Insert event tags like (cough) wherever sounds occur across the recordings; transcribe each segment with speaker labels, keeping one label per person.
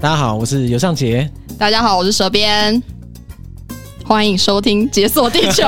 Speaker 1: 大家好，我是尤尚杰。 (laughs)
Speaker 2: 大家好，我是蛇边，欢迎收听《解锁地
Speaker 1: (laughs)
Speaker 2: 球》。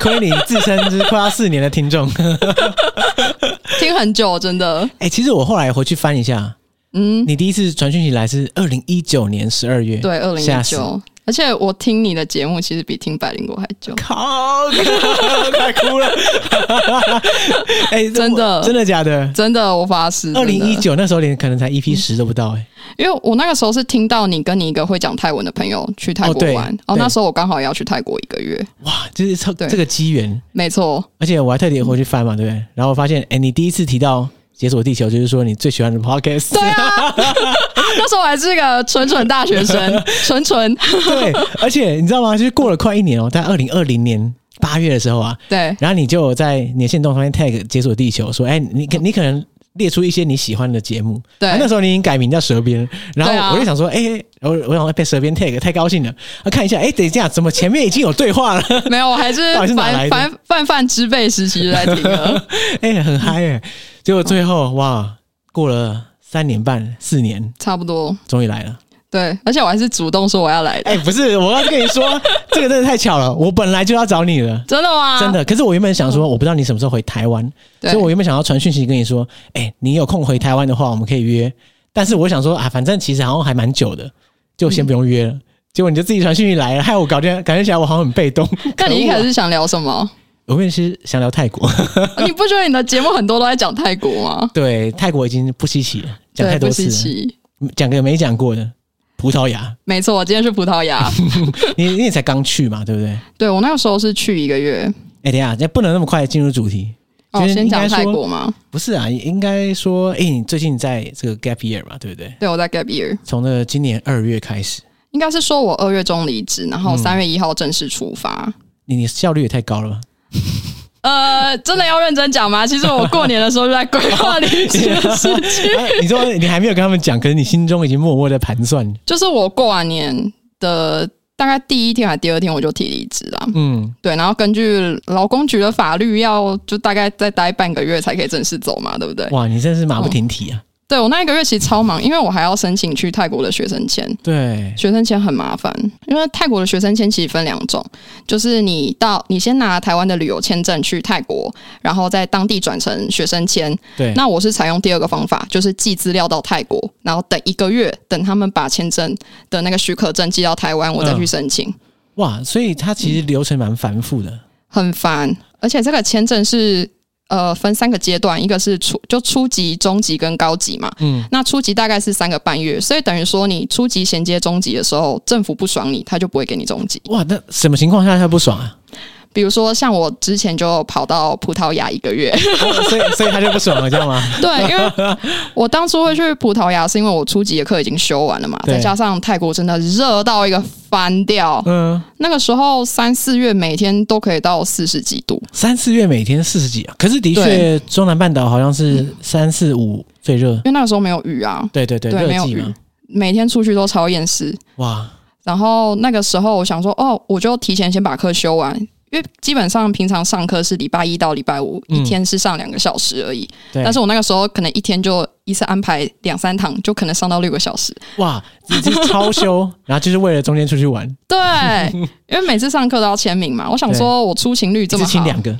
Speaker 1: 亏你自称是快要四年的听众。 (laughs) 哎、
Speaker 2: 听很久，真的，
Speaker 1: 其实我后来回去翻一下，
Speaker 2: 嗯，
Speaker 1: 你第一次传讯息来是二零一九年十二月，
Speaker 2: 对，二零
Speaker 1: 吓
Speaker 2: 一
Speaker 1: 死。
Speaker 2: 九，而且我听你的节目其实比听百灵果还久
Speaker 1: 靠， (laughs) 快哭了！哎、这
Speaker 2: 真的
Speaker 1: 我真的假的？
Speaker 2: 真的，我发誓。
Speaker 1: 二零
Speaker 2: 真
Speaker 1: 一
Speaker 2: 的，嗯
Speaker 1: 九那时候连可能才 EP 十都不到、哎、
Speaker 2: 因为我那个时候是听到你跟你一个会讲泰文的朋友去泰
Speaker 1: 哦
Speaker 2: 国
Speaker 1: 对
Speaker 2: 玩，
Speaker 1: 对
Speaker 2: 哦，那时候我刚好也要去泰国一个月，
Speaker 1: 哇，就是这
Speaker 2: 对嗯
Speaker 1: 这个机缘，
Speaker 2: 没错，
Speaker 1: 而且我还特地回去翻嘛，对不对？然后我发现，哎、你第一次提到解锁地球，就是说你最喜欢的 podcast，
Speaker 2: 对啊， (laughs) 那时候我还是个纯纯大学
Speaker 1: (laughs)
Speaker 2: 生，纯纯，
Speaker 1: (laughs) 对，而且你知道吗？就是过了快一年哦，在二零二零年八月的时候啊，
Speaker 2: 对，
Speaker 1: 然后你就有在你的线动上面 tag 解锁地球，说，哎、你可你可能列出一些你喜欢的节目，
Speaker 2: 对
Speaker 1: 啊那时候你已经改名叫蛇鞭，然
Speaker 2: 对啊
Speaker 1: 后我就想说，哎、我我想被蛇鞭 tag 太高兴了，啊、看一下，哎、等一下，怎么前面已经有对话了？ (laughs)
Speaker 2: 没有，我还是
Speaker 1: 到底是哪来
Speaker 2: 凡
Speaker 1: 的
Speaker 2: 凡泛泛之辈时期就在听了，
Speaker 1: 哎、很嗨哎、结果最后哇，过了三年半四年，
Speaker 2: 差不多。
Speaker 1: 终于来了。
Speaker 2: 对，而且我还是主动说我要来的。 (laughs)
Speaker 1: 哎、不是，我要跟你说，这个真的太巧了，我本来就要找你了。
Speaker 2: 真的吗？
Speaker 1: 真，的，可是我原本想说，我不知道你什么时候回台湾，
Speaker 2: 对
Speaker 1: 所以我原本想要传讯息跟你说，哎、你有空回台湾的话，我们可以约。但是我想说啊，反正其实好像还蛮久的，就先不用约了。结果你就自己传讯息来了，害我搞觉感觉起来我好像很被动。
Speaker 2: 那你一开
Speaker 1: 可恶啊
Speaker 2: 始想聊
Speaker 1: (laughs)
Speaker 2: 什么？啊
Speaker 1: 我原本是想聊泰国，
Speaker 2: 你不觉得你的节目很多都在讲泰国吗？
Speaker 1: (laughs) 对泰国已经不稀奇了，讲
Speaker 2: 对，
Speaker 1: 太
Speaker 2: 不
Speaker 1: 多
Speaker 2: 稀
Speaker 1: 次了，
Speaker 2: 奇。
Speaker 1: 讲个没讲过的。葡萄牙，
Speaker 2: 没错，我今天是葡萄
Speaker 1: (laughs)
Speaker 2: 牙。
Speaker 1: 你你也才刚去嘛，对不对？哎、
Speaker 2: 对我那个时候是去一个月。
Speaker 1: 等一下，那不能那么快进入主题。
Speaker 2: 哦，
Speaker 1: 其实
Speaker 2: 先
Speaker 1: 应
Speaker 2: 讲
Speaker 1: 该说
Speaker 2: 泰国吗？
Speaker 1: 不是啊，应该说，哎、你最近在这个 gap year 嘛，对不对？
Speaker 2: 对，我在 gap year，
Speaker 1: 从这今年二月开始，
Speaker 2: 应该是说我二月中离职，然
Speaker 1: 嗯
Speaker 2: 后三月一号正式出发。
Speaker 1: 你你效率也太高了吧？
Speaker 2: 呃，真的要认真讲吗？其实我过年的时候就在规划离职 (laughs) 的事情，
Speaker 1: 啊你说你还没有跟他们讲，可是你心中已经默默在盘算。
Speaker 2: 就是我过完年的大概第一天还是第二天我就提离职了。
Speaker 1: 嗯，
Speaker 2: 对，然后根据劳工局的法律，要就大概再待半个月才可以正式走嘛，对不哦对？
Speaker 1: 哇，你真是马不停蹄啊！
Speaker 2: 对我那一个月其实超忙，因为我还要申请去泰国的学生签，
Speaker 1: 对，
Speaker 2: 学生签很麻烦，因为泰国的学生签其实分两种，就是你到你先拿台湾的旅游签证去泰国，然后在当地转成学生签。
Speaker 1: 对，
Speaker 2: 那我是采用第二个方法，就是寄资料到泰国，然后等一个月，等他们把签证的那个许可证寄到台湾，我再去
Speaker 1: 嗯
Speaker 2: 申请。
Speaker 1: 哇，所以它其实流程蛮繁复的。
Speaker 2: 很烦，而且这个签证是呃分三个阶段，一个是初就初级、中级跟高级嘛。
Speaker 1: 嗯，
Speaker 2: 那初级大概是三个半月，所以等于说你初级衔接中级的时候，政府不爽你，他就不会给你中级。
Speaker 1: 哇，那什么情况下他不爽
Speaker 2: (laughs)
Speaker 1: 啊？
Speaker 2: 比如说像我之前就跑到葡萄牙一个月，
Speaker 1: 哦所以所以他就不爽了，知道吗？
Speaker 2: (laughs) 对，因为我当初会去葡萄牙是因为我初级的课已经修完了嘛，
Speaker 1: 对
Speaker 2: 再加上泰国真的热到一个翻掉，
Speaker 1: 嗯，
Speaker 2: 那个时候三四月每天都可以到四十几度，
Speaker 1: 三四月每天四十几啊，可是的确中南半岛好像是三四五最热。
Speaker 2: 因为那个时候没有雨啊，
Speaker 1: 对对对，
Speaker 2: 对，没
Speaker 1: 热
Speaker 2: 有
Speaker 1: 季
Speaker 2: 雨
Speaker 1: 嘛。，
Speaker 2: 每天出去都超厌世。
Speaker 1: 哇，
Speaker 2: 然后那个时候我想说，哦，我就提前先把课修完，因为基本上平常上课是礼拜一到礼拜五，
Speaker 1: 嗯
Speaker 2: 一天是上两个小时而已。
Speaker 1: 对，
Speaker 2: 但是我那个时候可能一天就一次安排两三堂，就可能上到六个小时。
Speaker 1: 哇，你这超
Speaker 2: (laughs)
Speaker 1: 休，然后就是为了中间出去玩，
Speaker 2: 对，因为每次上课都要签名嘛。我想说，我出勤率
Speaker 1: 一
Speaker 2: 这么
Speaker 1: 次请
Speaker 2: 好，
Speaker 1: 两个。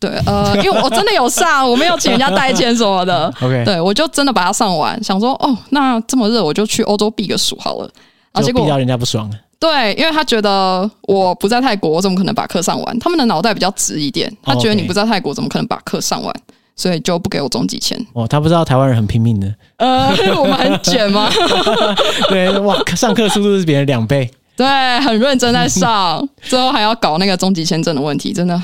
Speaker 2: 对，呃，因为我真的有上，我没有请人家代签什么
Speaker 1: (laughs)
Speaker 2: 的。
Speaker 1: OK，
Speaker 2: 对，我就真的把它上完，想说，哦，那这么热，我就去欧洲避个暑好了。然后哦结
Speaker 1: 就
Speaker 2: 果
Speaker 1: 逼到人家不爽。
Speaker 2: 对，因为他觉得我不在泰国，我怎么可能把课上完？他们的脑袋比较直一点，他觉得
Speaker 1: 哦 OK
Speaker 2: 你不在泰国，怎么可能把课上完？所以就不给我中几
Speaker 1: (laughs)
Speaker 2: 千。
Speaker 1: 哦，他不知道台湾人很拼命的，
Speaker 2: 呃， (laughs) 我们很卷吗？
Speaker 1: (laughs) 对，哇，上课速度是别人两倍。
Speaker 2: 对，很认真在上，最后还要搞那个中级签证的问题，真的。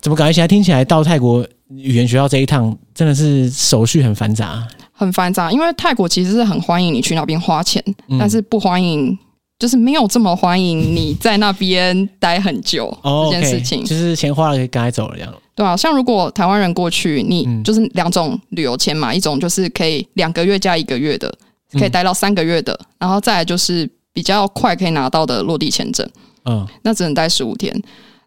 Speaker 1: 怎么感觉起来？听起来到泰国语言学校这一趟真的是手续很繁杂。
Speaker 2: 很繁杂，因为泰国其实是很欢迎你去那边花钱，
Speaker 1: 嗯
Speaker 2: 但是不欢迎，就是没有这么欢迎你在那边待很久、
Speaker 1: 哦，
Speaker 2: 这件事情
Speaker 1: OK，。就是钱花了可以赶快走了这样。
Speaker 2: 对啊，像如果台湾人过去，你
Speaker 1: 嗯
Speaker 2: 就是两种旅游签嘛，一种就是可以两个月加一个月的，可以待到三个月的，然后再来就是比较快可以拿到的落地签证，
Speaker 1: 嗯，
Speaker 2: 那只能待十五天。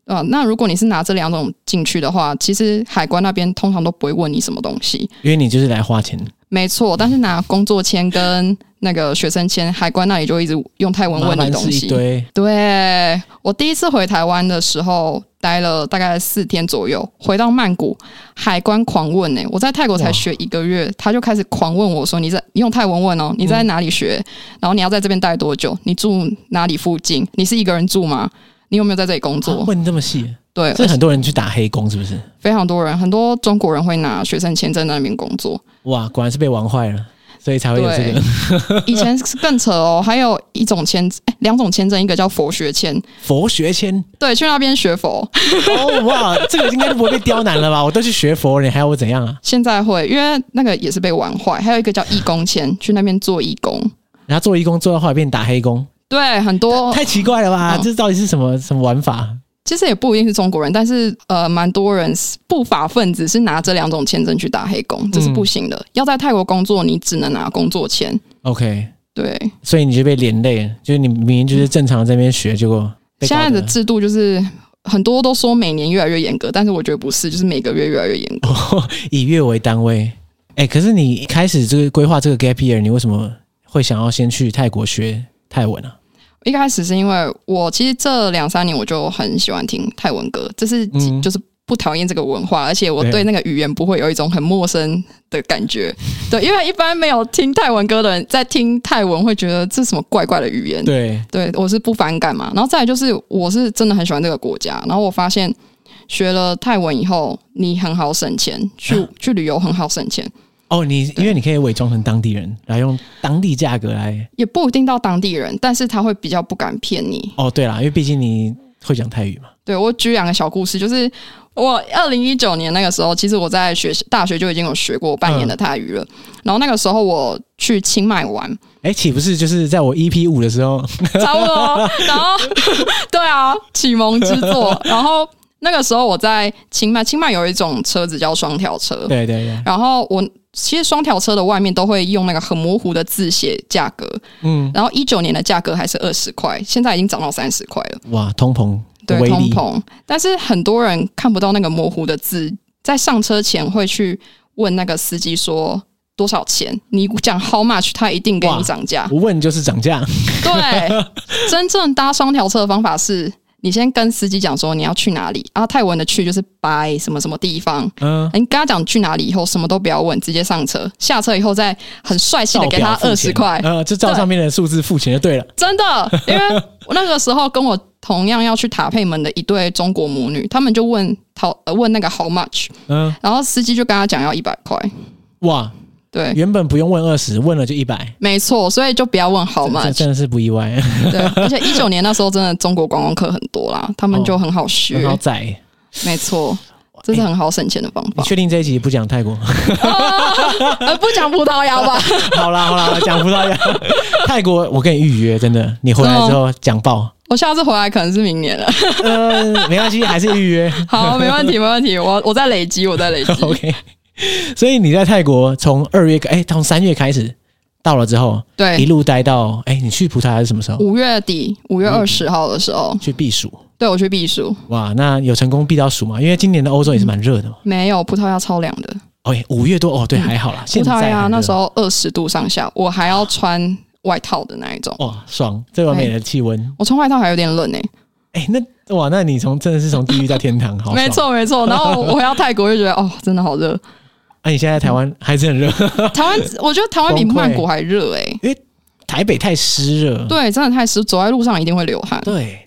Speaker 2: 对啊，那如果你是拿这两种进去的话，其实海关那边通常都不会问你什么东西，
Speaker 1: 因为你就是来花钱，
Speaker 2: 没错。但是拿工作签跟那个学生签，海关那里就一直用泰文
Speaker 1: 麻
Speaker 2: 问你
Speaker 1: 烦
Speaker 2: 东
Speaker 1: 事
Speaker 2: 西
Speaker 1: 一。堆。
Speaker 2: 对我第一次回台湾的时候，待了大概四天左右，回到曼谷，海关狂问欸呢、我在泰国才
Speaker 1: 哇
Speaker 2: 学一个月，他就开始狂问我说：“你在你用泰文问哦，你在哪里学？然后你要在这边待多久？你住哪里附近？你是一个人住吗？你有没有在这里工
Speaker 1: 啊
Speaker 2: 作？”
Speaker 1: 问这么细，
Speaker 2: 对，
Speaker 1: 所以很多人去打黑工是不是？
Speaker 2: 非常多人，很多中国人会拿学生签证在那边工作。
Speaker 1: 哇，果然是被玩坏了，所以才会有这个 (laughs)
Speaker 2: 对以前是更扯哦，还有一种签，哎两种签证，一个叫佛学签，
Speaker 1: 佛学签。
Speaker 2: 对，去那边学佛。
Speaker 1: 哦哇，这个应该就不会被刁难了吧？我都去学佛了，你还要我怎样啊？
Speaker 2: 现在会，因为那个也是被玩坏。还有一个叫义工签， (laughs) 去那边做义工，
Speaker 1: 然后做义工做到后来变打黑工，
Speaker 2: 对，很多
Speaker 1: 太奇怪了吧？
Speaker 2: 嗯
Speaker 1: 这到底是什么什么玩法？
Speaker 2: 其实也不一定是中国人，但是呃，蛮多人是不法分子是拿这两种签证去打黑工，这是不行的。要在泰国工作，你只能拿工作签。
Speaker 1: OK，
Speaker 2: 对，
Speaker 1: 所以你就被连累了，就是你明明就是正常在那边学，结果被
Speaker 2: 现
Speaker 1: 搞
Speaker 2: 在
Speaker 1: 得
Speaker 2: 的制度就是很多都说每年越来越严格，但是我觉得不是，就是每个月越来越严格。
Speaker 1: 以月为单位。哎、可是你一开始这个规划这个 gap year，你为什么会想要先去泰国学泰文啊？
Speaker 2: 一开始是因为我其实这两三年我就很喜欢听泰文歌，这是、
Speaker 1: 嗯
Speaker 2: 就是不讨厌这个文化，而且我
Speaker 1: 对
Speaker 2: 对那个语言不会有一种很陌生的感
Speaker 1: (laughs)
Speaker 2: 觉。对，因为一般没有听泰文歌的人在听泰文会觉得这是什么怪怪的语言。
Speaker 1: 对，
Speaker 2: 对，我是不反感嘛。然后再来就是，我是真的很喜欢这个国家。然后我发现学了泰文以后，你很好省钱，
Speaker 1: (laughs)
Speaker 2: 去去旅游很好省钱，
Speaker 1: 哦，你因为你可以伪装成当地人，然后用当地价格来。
Speaker 2: 也不一定到当地人，但是他会比较不敢骗你。
Speaker 1: 哦，对啦，因为毕竟你会讲泰语嘛。
Speaker 2: 对我举两个小故事，就是我二零一九年那个时候，其实我在学大学就已经有学过半年的泰语了。然后那个时候我去清迈玩，
Speaker 1: 哎、岂不是就是在我 EP 五的时候，
Speaker 2: 差不多。然后 (laughs) 对啊，启蒙之作。然后那个时候我在清迈，清迈有一种车子叫双条
Speaker 1: (laughs)
Speaker 2: 车，
Speaker 1: 对对对，
Speaker 2: 然后我其实双条车的外面都会用那个很模糊的字写价格，
Speaker 1: 嗯，
Speaker 2: 然后一九年的价格还是二十块，现在已经涨到三十块了。
Speaker 1: 哇，通膨
Speaker 2: 对
Speaker 1: 的威
Speaker 2: 通
Speaker 1: 力，
Speaker 2: 膨，但是很多人看不到那个模糊的字，在上车前会去问那个司机说多少钱，你讲 how much，他一定给你
Speaker 1: 哇 (laughs)
Speaker 2: 涨价。
Speaker 1: 不问就是涨价。
Speaker 2: 对，真正搭双条车的方法是。你先跟司机讲说你要去哪里啊？泰文的去就是 by 什么什么地方。哎
Speaker 1: 嗯，
Speaker 2: 你跟他讲去哪里以后，什么都不要问，直接上车。下车以后再很帅气的
Speaker 1: 照
Speaker 2: 给他
Speaker 1: 表
Speaker 2: 二
Speaker 1: 付
Speaker 2: 十
Speaker 1: 钱
Speaker 2: 块，
Speaker 1: 呃，就照上面的数字付钱就对了。
Speaker 2: 真的，因为我那个时候跟我同样要去塔佩门的一对中国母女，他们就问讨呃问那个 how much，
Speaker 1: 嗯，
Speaker 2: 然后司机就跟他讲要一百块，
Speaker 1: 哇，(laughs)
Speaker 2: 对，
Speaker 1: 原本不用问二十，问了就一百，
Speaker 2: 没错，所以就不要问 how
Speaker 1: 这 (laughs)
Speaker 2: much，
Speaker 1: 真的是不意外，
Speaker 2: 对，而且一九年那时候真的中国观光客很多啦，他们就很好
Speaker 1: 很
Speaker 2: 学，
Speaker 1: 好宰。
Speaker 2: 没错。这是很好省钱的方
Speaker 1: 你
Speaker 2: 法。
Speaker 1: 确定这一集不讲泰国？ (laughs)
Speaker 2: 呃，不讲葡萄牙吧？
Speaker 1: 好啦好啦，讲葡萄牙、 (laughs) 泰国，我跟你预约，真的，你回来之后讲
Speaker 2: (laughs)
Speaker 1: 爆。
Speaker 2: 我下次回来可能是明年了。
Speaker 1: 嗯、没关系，还是预约。 (laughs)
Speaker 2: 好，没问题，没问题。我我在累积，我在累积。
Speaker 1: OK，所以你在泰国从二月，哎、从三月开始到了之后，一
Speaker 2: 对，
Speaker 1: 路待到，哎、你去葡萄牙是什么时候？
Speaker 2: 五月底，五月二十号的时候，
Speaker 1: 去避暑。
Speaker 2: 对我去避暑，
Speaker 1: 哇，那有成功避到暑吗？因为今年的欧洲也是蛮热的嘛。
Speaker 2: 没有葡萄牙超凉的。
Speaker 1: 哦，耶五月多哦，对，还好啦。
Speaker 2: 嗯葡
Speaker 1: 现在
Speaker 2: 萄牙
Speaker 1: 很热
Speaker 2: 那时候二十度上下，我还要穿外套的那一种。 (laughs)
Speaker 1: 哇，爽，最完美的气温。
Speaker 2: 我穿外套还有点冷哎、
Speaker 1: 哎、那哇，那你从真的是从地狱到天堂，好爽。
Speaker 2: 没。错没错。然后我我回到泰国就觉得哦，真的
Speaker 1: (laughs)
Speaker 2: 好热。
Speaker 1: 那、啊你现在在台湾还是很热，
Speaker 2: 台湾，我觉得台湾比
Speaker 1: 崩溃
Speaker 2: 曼谷还热哎、
Speaker 1: 台北太湿热。
Speaker 2: 对，真的太湿，走在路上一定会流汗。
Speaker 1: 对，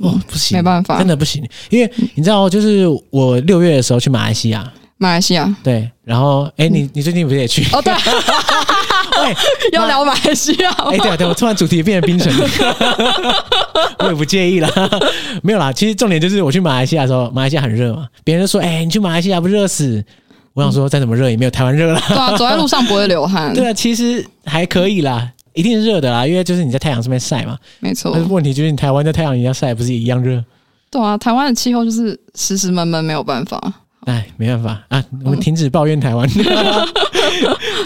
Speaker 1: 哦，不行，
Speaker 2: 没办法嗯
Speaker 1: 真的不行。因为你知道，就是我六月的时候去马来西亚，
Speaker 2: 马来西亚
Speaker 1: 对，然后哎、你你最近不是也去？
Speaker 2: 嗯哦，对，
Speaker 1: (laughs) 喂，
Speaker 2: 要聊马来西亚吗
Speaker 1: 哎、对啊，对啊，我突然主题也变成冰城了， (laughs) 我也不介意啦。没有啦，其实重点就是我去马来西亚的时候，马来西亚很热嘛，别人就说：“哎、你去马来西亚不热死？”我想说，再怎么热也没有台湾热啦。
Speaker 2: 对啊，走在路上不会流汗，
Speaker 1: 对啊，其实还可以啦，一定是热的啦，因为就是你在太阳上面晒嘛。
Speaker 2: 没错
Speaker 1: 但。是问题就是你台湾在太阳底下晒，不是一样热？
Speaker 2: 对啊，台湾的气候就是湿湿闷闷，没有办法。
Speaker 1: 哎，没办法啊，我们停止抱怨台湾。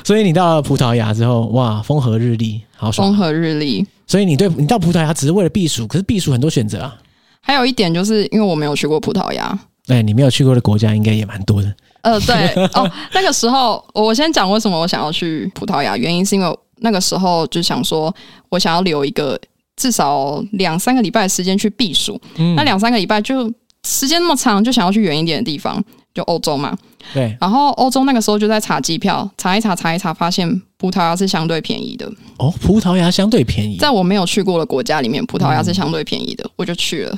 Speaker 1: 所以你到了葡萄牙之后，哇，风和日丽，好爽。
Speaker 2: 风和日丽。
Speaker 1: 所以你对你到葡萄牙只是为了避暑，可是避暑很多选择啊。
Speaker 2: 还有一点就是因为我没有去过葡萄牙，
Speaker 1: 哎，你没有去过的国家应该也蛮多的。
Speaker 2: 呃，对哦， (laughs) 那个时候我我先讲为什么我想要去葡萄牙，原因是因为那个时候就想说我想要留一个至少两三个礼拜的时间去避暑，
Speaker 1: 嗯
Speaker 2: 那两三个礼拜就时间那么长，就想要去远一点的地方，就欧洲嘛。
Speaker 1: 对，
Speaker 2: 然后欧洲那个时候就在查机票，查一查查一查，发现葡萄牙是相对便宜的，
Speaker 1: 哦，葡萄牙相对便宜，
Speaker 2: 在我没有去过的国家里面，葡萄牙是相对便宜的，我就去了。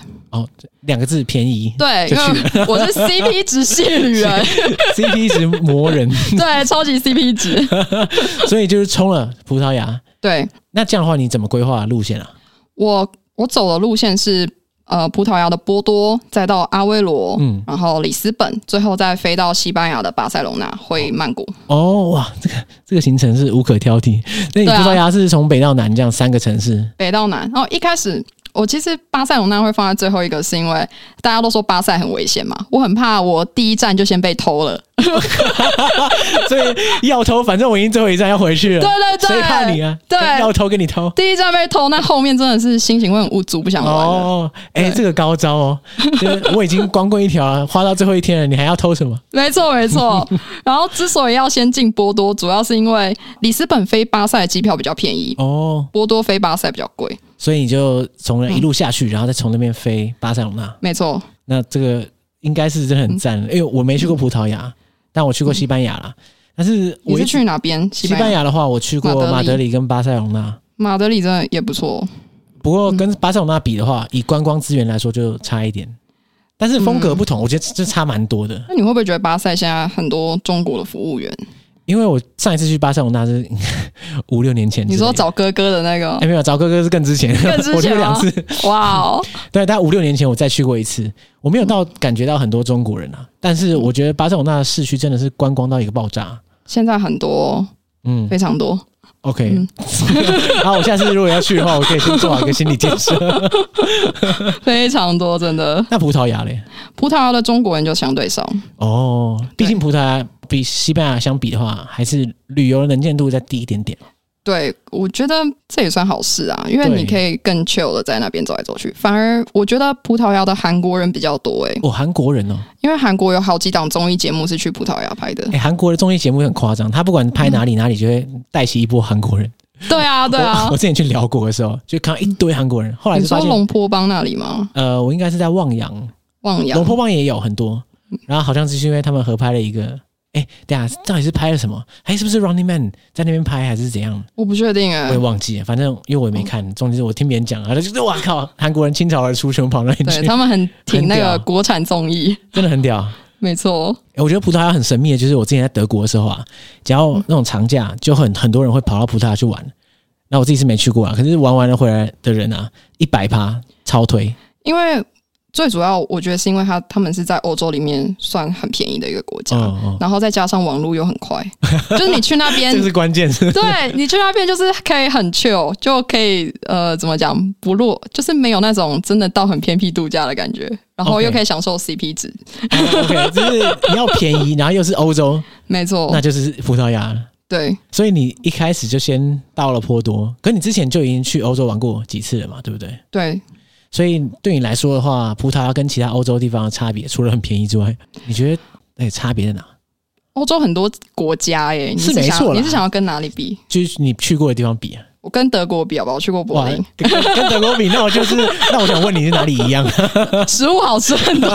Speaker 1: 两个字便宜
Speaker 2: 对，
Speaker 1: 嗯就
Speaker 2: 因
Speaker 1: 去
Speaker 2: 为我是 CP 值系
Speaker 1: (laughs)
Speaker 2: 女人，
Speaker 1: ，CP 值磨人，
Speaker 2: 对，超级 CP 值。
Speaker 1: 所以就是冲了葡萄牙。
Speaker 2: 对
Speaker 1: 那这样的话，你怎么规划路线啊？
Speaker 2: 我，我走的路线是呃葡萄牙的波多，再到阿威罗，
Speaker 1: 嗯
Speaker 2: 然后里斯本，最后再飞到西班牙的巴塞隆纳，回曼谷。
Speaker 1: 哦，哇，这个这个行程是无可挑剔。那你
Speaker 2: 对啊
Speaker 1: 葡萄牙是从北到南这样三个城市， (laughs)
Speaker 2: 北到南。哦然后一开始我其实巴塞隆那会放在最后一个，是因为大家都说巴塞很危险嘛，我很怕我第一站就先被偷了。
Speaker 1: 所以要偷，反正我已经最后一站要回去了。
Speaker 2: 对对对，
Speaker 1: 谁怕你啊？
Speaker 2: 对
Speaker 1: 要偷跟你偷。
Speaker 2: 第一站被偷，那后面真的是心情会很无助，不想玩了。
Speaker 1: 哦，哎、
Speaker 2: 对
Speaker 1: 这个高招哦！就是我已经光棍一条了，花到最后一天了，你还要偷什么？
Speaker 2: 没错，没
Speaker 1: (laughs)
Speaker 2: 错。然后之所以要先进波多，主要是因为里斯本飞巴塞的机票比较便宜，
Speaker 1: 哦，
Speaker 2: 波多飞巴塞比较贵。
Speaker 1: 所以你就从那一路下去，然后再从那边飞巴塞隆纳。
Speaker 2: 没错，
Speaker 1: 那这个应该是真的很赞，
Speaker 2: 嗯
Speaker 1: 因为我没去过葡萄牙，但我去过西班牙啦。但是
Speaker 2: 你
Speaker 1: 我一
Speaker 2: 是
Speaker 1: 去
Speaker 2: 去哪边？西
Speaker 1: 西班
Speaker 2: 班牙、
Speaker 1: 牙的话，我去过马
Speaker 2: 马
Speaker 1: 德
Speaker 2: 德
Speaker 1: 里跟巴塞隆纳。
Speaker 2: 马德里真的也不错。
Speaker 1: 不过跟巴塞隆纳比的话，以观光资源来说就差一点，但是风格不
Speaker 2: 嗯
Speaker 1: 同，我觉得这这差蛮多的。
Speaker 2: 那你会不会觉得巴塞现在很多中国的服务员？
Speaker 1: 因为我上一次去巴塞隆纳是 (laughs) 五六年前之类的，
Speaker 2: 你说找哥哥的那个
Speaker 1: 哎、？没有，找哥哥是更之前，
Speaker 2: 更之前
Speaker 1: 我去过两次，
Speaker 2: 哇哦！
Speaker 1: 对，大概五六年前我再去过一次，我没有到感觉到很多中国人啊，但是我觉得巴塞罗那的市区真的是观光到一个爆炸。
Speaker 2: 现在很多，
Speaker 1: 嗯
Speaker 2: 非
Speaker 1: (laughs)
Speaker 2: 常多。
Speaker 1: ，OK，
Speaker 2: 嗯
Speaker 1: 然后我下次如果要去的话，我可以先做好一个心理建
Speaker 2: (laughs)
Speaker 1: 设。
Speaker 2: 非常多，真的。
Speaker 1: 那葡萄牙嘞？
Speaker 2: 葡萄牙的中国人就相对少，
Speaker 1: 哦，毕竟葡萄牙比西班牙相比的话，还是旅游能见度再低一点点。
Speaker 2: 对我觉得这也算好事啊，因为
Speaker 1: 对
Speaker 2: 你可以更 chill 的在那边走来走去。反而我觉得葡萄牙的韩国人比较多诶、
Speaker 1: 哦，韩国人哦，
Speaker 2: 因为韩国有好几档综艺节目是去葡萄牙拍的
Speaker 1: 哎、。韩国的综艺节目很夸张，他不管拍哪里哪里，就会带起一波韩国人。
Speaker 2: 对啊，对啊
Speaker 1: 我，我。之 (laughs) 前去辽国的时候，就看到一堆韩国人，后来
Speaker 2: 你
Speaker 1: 就发
Speaker 2: 说
Speaker 1: 现
Speaker 2: 龙坡邦那里吗？
Speaker 1: 呃，我应该是在望洋，
Speaker 2: 望洋
Speaker 1: 龙坡邦也有很多。然后好像是因为他们合拍了一个，哎、等一下到底是拍了什么？还是不是 Running Man 在那边拍，还是怎样？
Speaker 2: 我不确定欸
Speaker 1: 我
Speaker 2: 诶、
Speaker 1: 也忘记了，反正因为我也没
Speaker 2: 嗯
Speaker 1: 看。重点是我听别人讲，然后就是哇靠，韩国人倾巢而出，全部跑那里
Speaker 2: 对
Speaker 1: 去，
Speaker 2: 他们很挺那
Speaker 1: 很
Speaker 2: 个
Speaker 1: 屌
Speaker 2: 国产综艺，
Speaker 1: 真的很屌。
Speaker 2: 没错。
Speaker 1: 诶我觉得葡萄牙很神秘的，就是我之前在德国的时候啊，只要那种长假，就很很多人会跑到葡萄牙去玩。那我自己是没去过啊，可是玩完了回来的人啊，一百趴超推。
Speaker 2: 因为最主要，我觉得是因为他他们是在欧洲里面算很便宜的一个国家，
Speaker 1: 嗯嗯，
Speaker 2: 然后再加上网络又很 (laughs) 快，就是你去那边
Speaker 1: 这个，是关键，是不是
Speaker 2: (laughs) 对你去那边就是可以很 chill，就可以呃怎么讲不落，就是没有那种真的到很偏僻度假的感觉，然后
Speaker 1: OK
Speaker 2: 又可以享受 CP 值，
Speaker 1: OK，就是你要便宜，然后又是欧洲，
Speaker 2: 没错
Speaker 1: 那，就是葡萄牙了。
Speaker 2: 对，
Speaker 1: 所以你一开始就先到了波多，可你之前就已经去欧洲玩过几次了嘛，对不对？
Speaker 2: 对，
Speaker 1: 所以对你来说的话，葡萄牙跟其他欧洲地方的差别，除了很便宜之外，你觉得哎、差别在哪？
Speaker 2: 欧洲很多国家耶，你
Speaker 1: 是没
Speaker 2: 想
Speaker 1: 错啦
Speaker 2: 你是想要跟哪里比？
Speaker 1: 就是你去过的地方比啊，
Speaker 2: 我跟德国比好不好？我去过柏林，
Speaker 1: 跟跟德国比，那我就是，那我想问你是哪里一样？ (laughs)
Speaker 2: 食物好吃很多。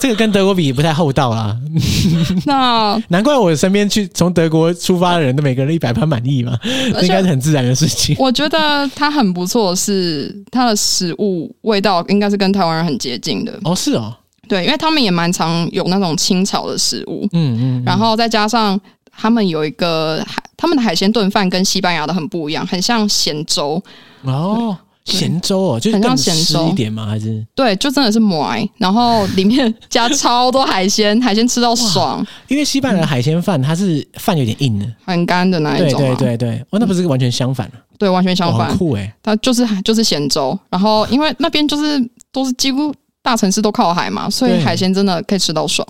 Speaker 1: 这个跟德国比不太厚道啦，
Speaker 2: (laughs) 那
Speaker 1: 难怪我身边去从德国出发的人都每个人一百分满意嘛，这
Speaker 2: 而
Speaker 1: 应
Speaker 2: 且
Speaker 1: 该是很自然的事情。
Speaker 2: 我觉得它很不错，是它的食物味道应该是跟台湾人很接近的，
Speaker 1: 哦，是哦，
Speaker 2: 对，因为他们也蛮常有那种清炒的食物，
Speaker 1: 嗯嗯，
Speaker 2: 然后再加上他们有一个海，他们的海鲜炖饭跟西班牙的很不一样，很像咸粥，
Speaker 1: 哦，
Speaker 2: 对
Speaker 1: 咸粥哦，就是
Speaker 2: 很
Speaker 1: 更
Speaker 2: 像
Speaker 1: 湿
Speaker 2: 咸粥
Speaker 1: 一点吗？还是
Speaker 2: 对，就真的是馍，然后里面加超多海鲜，海鲜吃到爽，
Speaker 1: 因为西班牙的海鲜饭，它是饭有点硬的，
Speaker 2: 很干的那一
Speaker 1: 对
Speaker 2: 嗯种、啊，
Speaker 1: 对对对，哦，那不是完全相反，
Speaker 2: 对完全相
Speaker 1: 哇
Speaker 2: 反
Speaker 1: 很，酷哎，
Speaker 2: 它就是就是咸粥，然后因为那边就是都是几乎。大城市都靠海嘛，所以
Speaker 1: 对
Speaker 2: 海鲜真的可以吃到爽，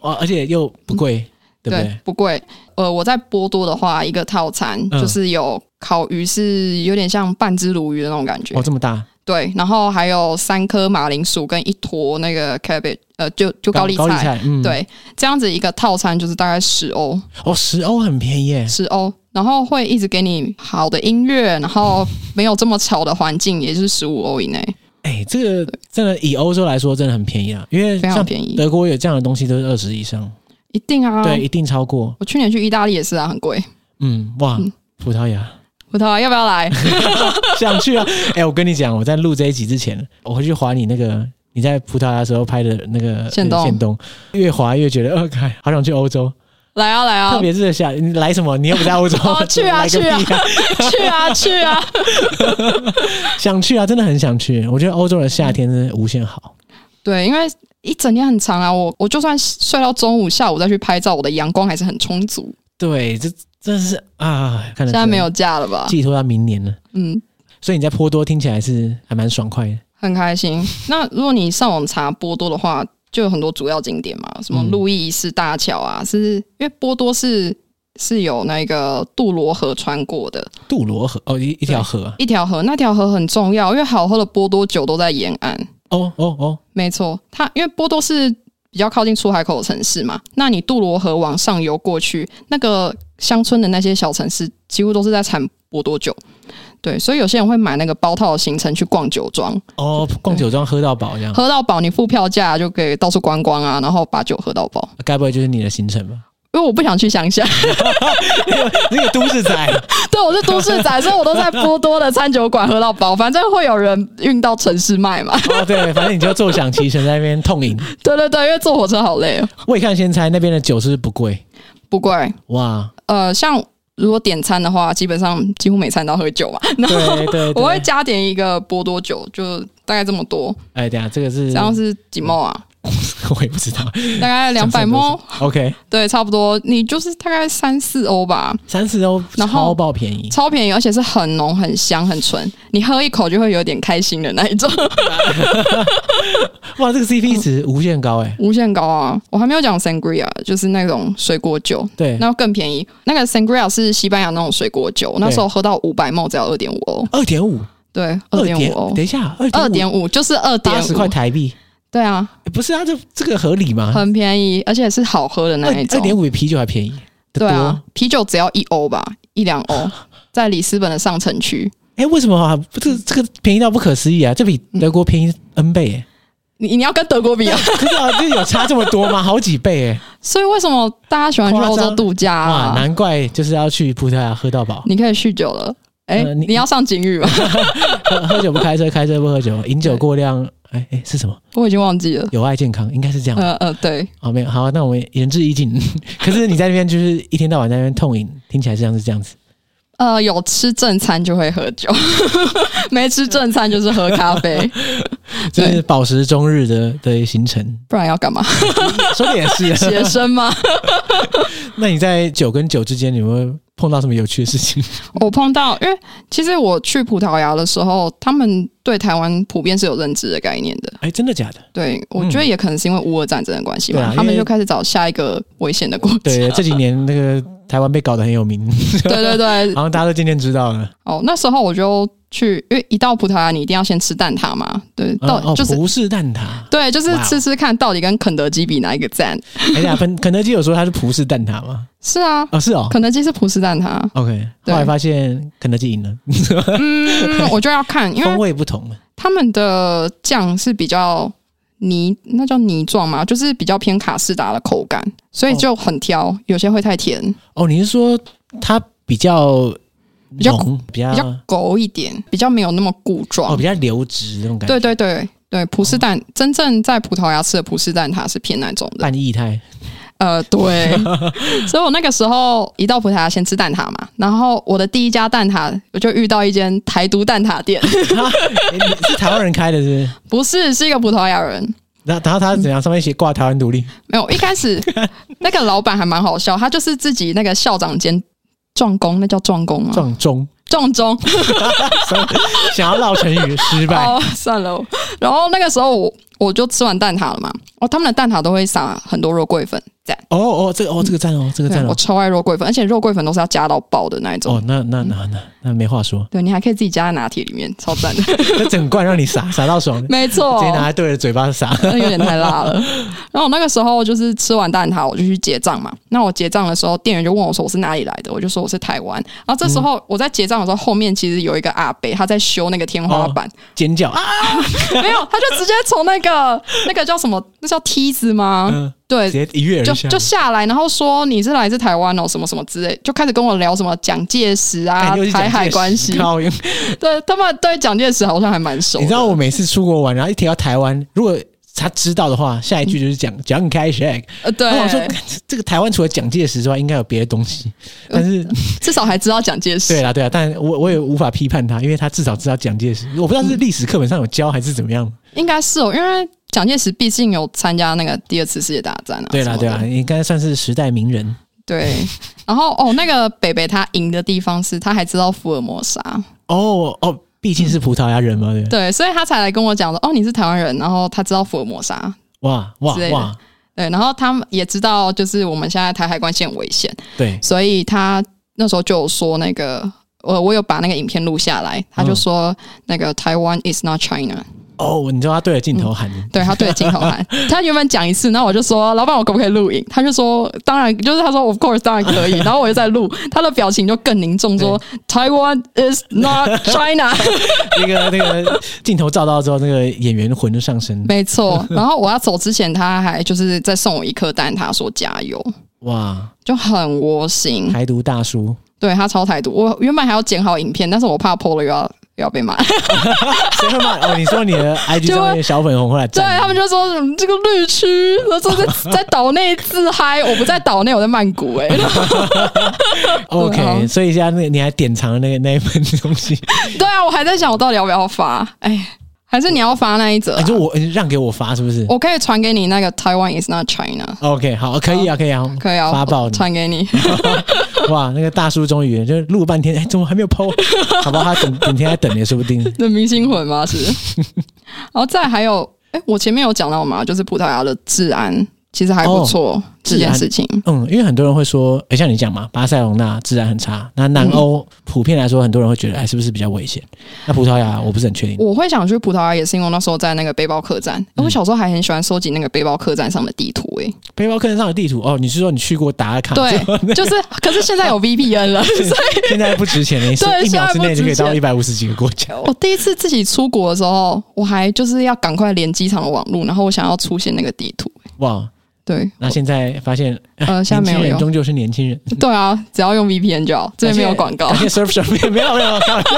Speaker 1: 哦，而且又不贵，对不对？
Speaker 2: 不贵。呃，我在波多的话，一个套餐、
Speaker 1: 嗯
Speaker 2: 就是有烤鱼，是有点像半只鲈鱼的那种感觉，
Speaker 1: 哦，这么大，
Speaker 2: 对，然后还有三颗马铃薯跟一坨那个 cabbage，呃，就就高丽
Speaker 1: 高丽
Speaker 2: 菜。
Speaker 1: 菜，嗯，，
Speaker 2: 对，这样子一个套餐就是大概十欧，
Speaker 1: 哦，十欧很便宜耶，
Speaker 2: 十欧，然后会一直给你好的音乐，然后没有这么吵的环境，也就是十五欧以内，
Speaker 1: 哎，这个真的以欧洲来说真的很便宜啊，因为
Speaker 2: 非常
Speaker 1: 像
Speaker 2: 便宜，
Speaker 1: 德国有这样的东西都是二十以上，
Speaker 2: 一定啊！
Speaker 1: 对，一定超过，
Speaker 2: 我去年去意大利也是啊，很贵。
Speaker 1: 嗯，哇
Speaker 2: 嗯，
Speaker 1: 葡萄牙。 (laughs)
Speaker 2: 葡萄牙啊要不要来？
Speaker 1: 想去啊！哎、我跟你讲，我在录这一集之前，我回去划你那个你在葡萄牙的时候拍的那个
Speaker 2: 限动
Speaker 1: 线动，越划越觉得，呃，哎好想去欧洲，
Speaker 2: 来啊，来啊
Speaker 1: 特，别热下，你来什么？你又不在欧洲， (laughs)
Speaker 2: 哦去啊
Speaker 1: 来个屁
Speaker 2: 去！
Speaker 1: (laughs)
Speaker 2: 去啊，去啊！
Speaker 1: 想去啊，真的很想去。我觉得欧洲的夏天真的无限好，
Speaker 2: 对，因为一整天很长啊，我我就算睡到中午、下午再去拍照，我的阳光还是很充足。
Speaker 1: 对，这真是啊，看得
Speaker 2: 现
Speaker 1: 出来
Speaker 2: 在没有假了吧？
Speaker 1: 寄托到明年了，
Speaker 2: 嗯，
Speaker 1: 所以你在波多听起来是还蛮爽快的。
Speaker 2: 很开心。那如果你上网查波多的话，就有很多主要景点嘛，什么
Speaker 1: 嗯
Speaker 2: 路易斯大桥啊，是因为波多是是有那个杜罗河穿过的
Speaker 1: 杜罗河哦，一一条河啊，
Speaker 2: 一条河，那条河很重要，因为好喝的波多酒都在沿岸。
Speaker 1: 哦哦哦，
Speaker 2: 没错，它因为波多是比较靠近出海口的城市嘛，那你杜罗河往上游过去，那个乡村的那些小城市几乎都是在产波多酒。对，所以有些人会买那个包套的行程去逛酒庄，
Speaker 1: 哦，逛酒庄喝到饱这样，
Speaker 2: 喝到饱，你付票价就可以到处观光啊，然后把酒喝到饱。
Speaker 1: 该不会就是你的行程吧？
Speaker 2: 因为我不想去乡下，
Speaker 1: (laughs)
Speaker 2: (laughs)
Speaker 1: 那个都市仔。
Speaker 2: 对我是都市仔，所以我都在波多的餐酒馆喝到饱，反正会有人运到城市卖嘛。
Speaker 1: 哦，对，反正你就坐享其成，在那边痛 (laughs) 饮。
Speaker 2: 对对对，因为坐火车好累哦，
Speaker 1: 未看先猜，那边的酒是不是不贵？
Speaker 2: 不贵。
Speaker 1: 哇，
Speaker 2: 呃，像如果点餐的话，基本上几乎每餐都要喝酒嘛， (laughs) 然后
Speaker 1: 对对对，
Speaker 2: 我会加点一个波多酒，就大概这么多，
Speaker 1: 哎，等一下这个是
Speaker 2: 这，样是几毛啊？
Speaker 1: (laughs) 我也不知道，
Speaker 2: 大概两百毛，
Speaker 1: OK，
Speaker 2: 对，差不多。你就是大概三四欧吧，
Speaker 1: 三十欧
Speaker 2: 然后
Speaker 1: 超爆便宜，
Speaker 2: 超便宜，而且是很浓、很香、很纯，你喝一口就会有点开心的那一种，
Speaker 1: (laughs) 哇，这个 CP 值无限高哎，
Speaker 2: 无限高啊！我还没有讲 sangria，就是那种水果酒，
Speaker 1: 对，
Speaker 2: 那更便宜。那个 sangria 是西班牙那种水果酒，那时候喝到五百梦只要二点五欧，
Speaker 1: 二点五，
Speaker 2: 对，二
Speaker 1: 二
Speaker 2: 点五欧
Speaker 1: 等，一下，二
Speaker 2: 二
Speaker 1: 点
Speaker 2: 点五就是二
Speaker 1: 八
Speaker 2: 点
Speaker 1: 十块台币，
Speaker 2: 对啊，
Speaker 1: 哎不是啊，这这个合理吗？
Speaker 2: 很便宜，而且是好喝的
Speaker 1: 二
Speaker 2: 那一种
Speaker 1: 二。点五比啤酒还便宜，
Speaker 2: 对啊，，啤酒只要一欧吧，一两 (laughs) 欧，在里斯本的上城区。
Speaker 1: 哎，为什么啊？不这这个便宜到不可思议啊！这比德国便宜 N 倍哎，
Speaker 2: 你你要跟德国比啊，
Speaker 1: 可是啊，这 (laughs) 有差这么多吗？好几倍哎，
Speaker 2: (laughs) 所以为什么大家喜欢去欧洲度假
Speaker 1: 哇，
Speaker 2: 啊？
Speaker 1: 难怪就是要去葡萄牙喝到
Speaker 2: (laughs)
Speaker 1: 饱。
Speaker 2: 你可以酗酒了，哎、
Speaker 1: 呃
Speaker 2: 你
Speaker 1: 你
Speaker 2: 要上警语吧？
Speaker 1: 喝喝酒不开车，开车不喝酒，饮酒过量，哎哎是什么？
Speaker 2: (laughs) 我已经忘记了。
Speaker 1: 有害健康，应该是这样。
Speaker 2: 呃呃，对，
Speaker 1: 好、没有好，啊那我们言之已尽。 (laughs) 可是你在那边就是一天到晚在那边痛饮，听起来像是这样子。
Speaker 2: 呃，有吃正餐就会喝酒， (laughs) 没吃正餐就是喝咖 (laughs) 啡，
Speaker 1: 这
Speaker 2: 对
Speaker 1: 是饱食终日的的行
Speaker 2: (laughs)
Speaker 1: 程，
Speaker 2: 不然要干嘛？
Speaker 1: 说的也是。啊
Speaker 2: 学生 (laughs) 吗？
Speaker 1: 那你在酒跟酒之间，你有没有碰到什么有趣的事
Speaker 2: (laughs)
Speaker 1: 情？
Speaker 2: 我碰到，因为其实我去葡萄牙的时候，他们对台湾普遍是有认知的概念的。
Speaker 1: 哎，真的假的？
Speaker 2: 对，我觉得也可能是因为乌俄战争的关系
Speaker 1: 嗯
Speaker 2: 吧，
Speaker 1: 对啊
Speaker 2: 他们
Speaker 1: 因为
Speaker 2: 就开始找下一个危险的国家。
Speaker 1: 对，这几年那个台湾被搞得很有名，
Speaker 2: (laughs) 对对对，
Speaker 1: 好像大家都渐渐知道了。
Speaker 2: 哦，那时候我就去，因为一到葡萄牙，你一定要先吃蛋挞嘛，对，
Speaker 1: 嗯
Speaker 2: 到、
Speaker 1: 哦，
Speaker 2: 就是。
Speaker 1: 葡式蛋挞。
Speaker 2: 对，就是
Speaker 1: 哇哦
Speaker 2: 吃吃看到底跟肯德基比哪一个赞？
Speaker 1: 哎呀，肯肯德基有说它是葡式蛋挞
Speaker 2: (laughs)
Speaker 1: 吗？
Speaker 2: 是啊，
Speaker 1: 哦，是哦。
Speaker 2: 肯德基是葡式蛋
Speaker 1: (laughs)
Speaker 2: 挞。
Speaker 1: OK，后
Speaker 2: 对
Speaker 1: 来发现肯德基赢了，
Speaker 2: 嗯，我就要看，因
Speaker 1: 风
Speaker 2: 为
Speaker 1: 味不同。
Speaker 2: 他们的酱是比较泥，那叫泥状嘛，就是比较偏卡士达的口感，所以就很挑，有些会太甜，
Speaker 1: 哦，你是说它比较
Speaker 2: 比较
Speaker 1: 浓，比较哦
Speaker 2: 比较稠一点，比较没有那么固状。
Speaker 1: 哦，比较流质那种感觉，
Speaker 2: 对对对对，葡式蛋、真正在葡萄牙吃的葡式蛋挞是偏那种的。
Speaker 1: 半液
Speaker 2: (laughs)
Speaker 1: 态。 (laughs)
Speaker 2: 呃，对，所以我那个时候一到葡萄牙先吃蛋挞嘛，然后我的第一家蛋挞我就遇到一间台独蛋
Speaker 1: (laughs)
Speaker 2: 挞店，
Speaker 1: 诶哎你是台湾人开的，是不是？
Speaker 2: 不是是一个葡萄牙人。
Speaker 1: 然后然后他怎样？上面写挂台湾独立，
Speaker 2: 没有，一开
Speaker 1: (laughs)
Speaker 2: 始那个老板还蛮好笑，他就是自己那个校长兼壮工，那叫壮工吗？
Speaker 1: 撞钟， (laughs)
Speaker 2: 壮中
Speaker 1: 所以想要绕成语失败。
Speaker 2: 哦，算了。然后那个时候我我就吃完蛋挞了嘛。哦，他们的蛋挞都会撒很多肉桂粉，这样。
Speaker 1: 哦哦，这个哦这个赞哦，这个赞
Speaker 2: 对，我
Speaker 1: 哦。
Speaker 2: 超爱肉桂粉，而且肉桂粉都是要加到爆的那一种。
Speaker 1: 哦，那那那那那没话说， (laughs)
Speaker 2: 对你还可以自己加在拿铁里面，超赞的。
Speaker 1: 那整罐让你撒撒到
Speaker 2: (laughs)
Speaker 1: 爽，直
Speaker 2: 没错，
Speaker 1: 接拿来对着嘴巴撒。
Speaker 2: 那有点太辣了。然后我那个时候就是吃完蛋挞，我就去结账嘛。那我结账的时候，店员就问我说我是哪里来的，我就说我是台湾。然后这时
Speaker 1: 嗯
Speaker 2: 候我在结账的时候，后面其实有一个阿伯他在修那个天花板，
Speaker 1: 尖叫啊！
Speaker 2: 没有，他就直接从那个那个叫什么，那叫梯子吗？
Speaker 1: 嗯
Speaker 2: 对
Speaker 1: 直，接一跃
Speaker 2: 呃就
Speaker 1: 而下，
Speaker 2: 就下来，然后说你是来自台湾哦，什么什么之类，就开始跟我聊什么蒋介石啊
Speaker 1: 感哎觉、是
Speaker 2: 台海关系。 (laughs)
Speaker 1: 靠你
Speaker 2: 对他们对蒋介石好像还蛮熟的。
Speaker 1: 知道我每次出国玩，然后一提到台湾，如果他知道的话，下一句就是讲蒋开石。
Speaker 2: 呃，对
Speaker 1: 然，后我说，干这这个台湾除了蒋介石之外，应该有别的东西。但是，
Speaker 2: 至少还知道蒋介
Speaker 1: (laughs)
Speaker 2: 石。
Speaker 1: 对啦，对啦，但我我也无法批判他，因为他至少知道蒋介石。我不知道是历史课本上有教还是怎么样。
Speaker 2: 应该是哦，因为蒋介石毕竟有参加那个第二次世界大战啊。
Speaker 1: 对
Speaker 2: 什
Speaker 1: 啦，
Speaker 2: 么
Speaker 1: 对
Speaker 2: 的
Speaker 1: 啦，应该算是时代名人。
Speaker 2: 对。然后哦，那个北北他赢的地方是他还知道福尔摩沙，
Speaker 1: 哦哦，毕竟是葡萄牙人嘛，对不对。
Speaker 2: 对，所以他才来跟我讲说，哦，你是台湾人，然后他知道福尔摩沙，
Speaker 1: 哇哇
Speaker 2: 之类的
Speaker 1: 哇，
Speaker 2: 对，然后他们也知道就是我们现在台海关系很危险，
Speaker 1: 对，
Speaker 2: 所以他那时候就有说那个。我我有把那个影片录下来，他就说那个台湾 is not China，
Speaker 1: 哦，你知道他对着镜头喊，
Speaker 2: 对他对着镜头喊，他原本讲一次，那我就说老板，我可不可以录影？他就说当然，就是他说 of course 当然可以，然后我就在录，他的表情就更凝重，说 Taiwan is not China，
Speaker 1: (laughs) 那个那个镜头照到之后，那个演员魂就上身。
Speaker 2: 没错。然后我要走之前，他还就是在送我一颗蛋挞，说加油，
Speaker 1: 哇，
Speaker 2: 就很窝心。
Speaker 1: 台独大叔，
Speaker 2: 对他超态度，我原本还要剪好影片，但是我怕 PO 了又要又要被骂，
Speaker 1: 谁会骂？哦，你说你的 IG
Speaker 2: 嗯就会
Speaker 1: 上面的小粉红会来
Speaker 2: 对
Speaker 1: 站
Speaker 2: 他们就说嗯这个绿区，然后说在在岛内自嗨，我不在岛内，我在曼谷哎、欸嗯
Speaker 1: ，OK，所以现在那个你还典藏了那个那一份东
Speaker 2: (laughs)
Speaker 1: 西，
Speaker 2: 对啊，我还在想我到底要不要发，哎，还是你要发那一则啊、
Speaker 1: 哦你说我你让给我发是不是
Speaker 2: 我可以传给你那个 Taiwan is not China，
Speaker 1: ？OK，好，可以啊，可以啊，
Speaker 2: 可以啊，
Speaker 1: 发爆
Speaker 2: 我
Speaker 1: 你！
Speaker 2: 传
Speaker 1: (laughs)
Speaker 2: 给你。
Speaker 1: 哇，那个大叔终于就录半天，哎，怎么还没有
Speaker 2: (laughs)
Speaker 1: PO？好吧，他整整天在等也说不定。
Speaker 2: 那明星魂吗？是。然后再还有，哎、我前面有讲到嘛，就是葡萄牙的治安其实还不错、
Speaker 1: 哦
Speaker 2: 这件事情。
Speaker 1: 嗯，因为很多人会说，哎、像你讲嘛，巴塞隆纳治安很差，那南
Speaker 2: 嗯
Speaker 1: 欧普遍来说，很多人会觉得，哎，是不是比较危险？那葡萄牙我不是很确定。
Speaker 2: 我会想去葡萄牙，也是因为我那时候在那个背包客栈。哎
Speaker 1: 嗯
Speaker 2: 我小时候还很喜欢收集那个背包客栈上的地图、诶，
Speaker 1: 背包客人上的地图，哦，你是说你去过打卡？
Speaker 2: 对，就是，可是现在有 VPN
Speaker 1: (laughs)
Speaker 2: 了，所以
Speaker 1: 现在不值钱了，是
Speaker 2: (laughs) 对
Speaker 1: 一秒之内就可以
Speaker 2: 现在不值
Speaker 1: 到
Speaker 2: 钱
Speaker 1: 一百五十几个国家。
Speaker 2: 我哦第一次自己出国的时候，我还就是要赶快连机场的网络，然后我想要出现那个地图。
Speaker 1: 哇！
Speaker 2: 对，
Speaker 1: 那现在发现，哎
Speaker 2: 呃现在没有
Speaker 1: 年轻人
Speaker 2: 用
Speaker 1: 终究是年轻人。
Speaker 2: 对啊，只要用
Speaker 1: (laughs)
Speaker 2: VPN 就好，这边没有广告
Speaker 1: 感。谢 Surf s h o p 没有没
Speaker 2: (laughs)
Speaker 1: 有。开玩笑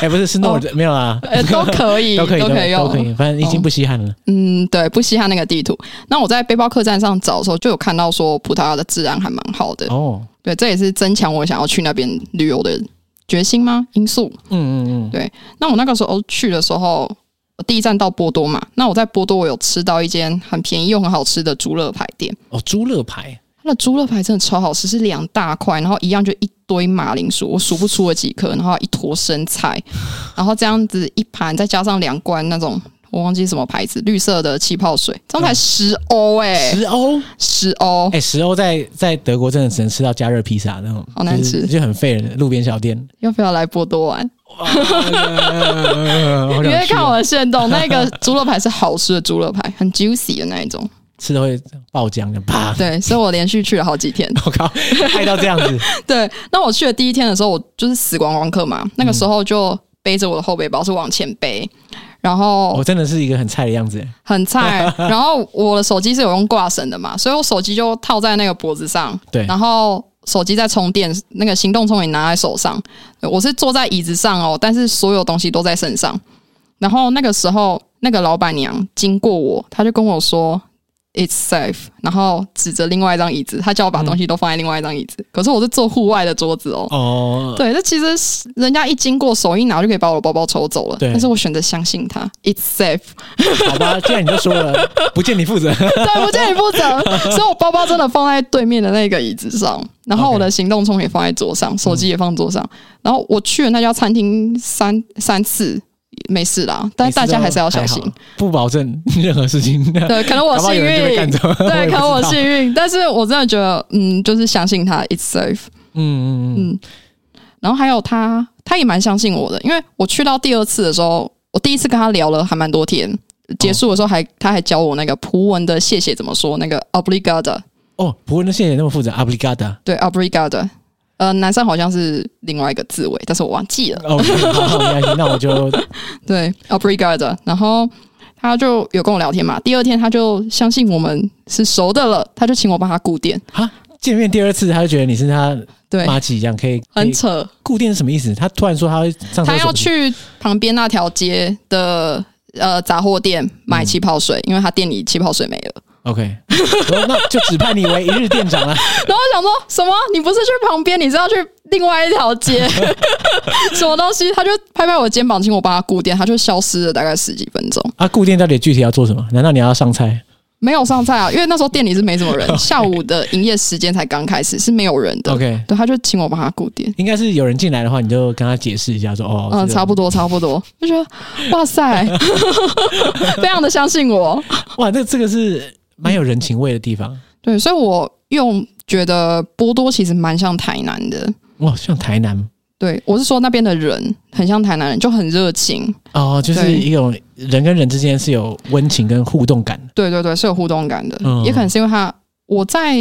Speaker 1: 哎，不是是 No 没有啦，
Speaker 2: 呃，都可
Speaker 1: (laughs)
Speaker 2: 以，
Speaker 1: 都可以
Speaker 2: 都可以
Speaker 1: 都可
Speaker 2: 用。哦
Speaker 1: 以，反正已经不稀罕了。
Speaker 2: 嗯，对，不稀罕那个地图。那我在背包客栈上找的时候，就有看到说葡萄牙的治安还蛮好的。
Speaker 1: 哦，
Speaker 2: 对，这也是增强我想要去那边旅游的决心吗？因素。
Speaker 1: 嗯嗯嗯。
Speaker 2: 那我那个时候去的时候，我第一站到波多嘛。那我在波多，我有吃到一间很便宜又很好吃的猪肋排店。
Speaker 1: 哦，猪肋排，
Speaker 2: 它的猪肋排真的超好吃，是两大块，然后一样就一堆马铃薯，我数不出了几颗，然后一坨生菜，然后这样子一盘，再加上两罐那种我忘记什么牌子绿色的气泡水，这样才十欧哎，
Speaker 1: 十欧，
Speaker 2: 嗯十欧
Speaker 1: 哎、。十欧在在德国真的只能吃到加热披萨那种，
Speaker 2: 好难
Speaker 1: 就是
Speaker 2: 吃
Speaker 1: 就很废人，路边小店。
Speaker 2: 要不要来波多玩？
Speaker 1: 你
Speaker 2: 你会看我的啊线动，那个猪肋排是好吃的猪肋排，很 juicy 的那一种。
Speaker 1: 吃的会爆浆的，啪！
Speaker 2: (laughs) 对，所以我连续去了好几天。
Speaker 1: 我靠，爱到这样子，
Speaker 2: (laughs) 对，那我去的第一天的时候，我就是死观光客嘛，那个时候就背着我的后背包是往前背，然后
Speaker 1: 我真的是一个很菜的样子。
Speaker 2: 很
Speaker 1: (laughs)
Speaker 2: 菜。然后我的手机是有用挂绳的嘛，所以我手机就套在那个脖子上，
Speaker 1: 对，
Speaker 2: 然后手机在充电，那个行动充也拿在手上。对我是坐在椅子上哦，但是所有东西都在身上。然后那个时候，那个老板娘经过我，她就跟我说。It's safe，然后指着另外一张椅子，她叫我
Speaker 1: 嗯
Speaker 2: 把东西都放在另外一张椅子。可是我是坐户外的桌子哦，
Speaker 1: 哦，
Speaker 2: 对，那其实是人家一经过手一拿就可以把我的包包抽走了，
Speaker 1: 对
Speaker 2: 但是我选择相信他，It's safe，
Speaker 1: 好吧，既然你都说了，
Speaker 2: (laughs)
Speaker 1: 不见你负责。
Speaker 2: 对，不见你负责，所以我包包真的放在对面的那个椅子上，然后我的行动充也放在桌上，手机也放桌上，然后我去了那家餐厅三三次。没事啦，但是大家还是要小心
Speaker 1: 还。好，不保证任何事情。对，
Speaker 2: 对，可能我幸
Speaker 1: 有人就被
Speaker 2: 运
Speaker 1: 干，走。 (laughs)
Speaker 2: 对，可能我幸
Speaker 1: 是，
Speaker 2: 运，但是我真的觉得，嗯，就是相信他，it's safe。
Speaker 1: 嗯嗯嗯，
Speaker 2: 嗯，然后还有他，他也蛮相信我的，因为我去到第二次的时候，我第一次跟他聊了还蛮多天，结束的时候还、他还教我那个葡文的谢谢怎么说，那个 obrigada，
Speaker 1: 哦，不过那谢谢那么复杂，obligada。
Speaker 2: 对 obrigada，呃，男生好像是另外一个字尾，但是我忘记了，
Speaker 1: 哦，好，好没关系，那我就
Speaker 2: 对 obrigada，然后。他就有跟我聊天嘛，第二天他就相信我们是熟的了，他就请我帮他顾店，
Speaker 1: 哈见面第二次，他就觉得你是他
Speaker 2: 对，
Speaker 1: 妈吉一样，可以可
Speaker 2: 很
Speaker 1: 以
Speaker 2: 扯。
Speaker 1: 固定是什么意思？他突然说他会上厕所，
Speaker 2: 他要去旁边那条街的呃杂货店买气泡水，因为他店里气泡水没了。
Speaker 1: OK，我说那就指派你为一日店长啊了。
Speaker 2: 然后我想说什么？你不是去旁边，你是要去另外一条街？什么东西？他就拍拍我的肩膀，请我帮他顾店，他就消失了大概十几分钟，
Speaker 1: (laughs) 啊，固定到底具体要做什么？难道你要上菜？
Speaker 2: 没有上菜啊，因为那时候店里是没什
Speaker 1: (laughs)
Speaker 2: 么人，下午的营业时间才刚开始，是没有人的。
Speaker 1: OK
Speaker 2: 对，他就请我帮他顾店。
Speaker 1: 应该是有人进来的话，你就跟他解释一下说哦，
Speaker 2: 嗯，差不
Speaker 1: 多。
Speaker 2: 多，差不多，就觉得
Speaker 1: (laughs)
Speaker 2: 哇塞，非常的相信我。
Speaker 1: 哇，这这个是蛮有人情味的地方。
Speaker 2: 对，所以我用觉得波多其实蛮像台南的。
Speaker 1: 哇，像台南
Speaker 2: 对，我是说那边的人很像台南人，就很热情。
Speaker 1: 哦，就是
Speaker 2: 对
Speaker 1: 一种人跟人之间是有温情跟互动感
Speaker 2: (laughs)
Speaker 1: 的。
Speaker 2: 对对对，是有互动感的。
Speaker 1: 嗯
Speaker 2: 也可能是因为他我在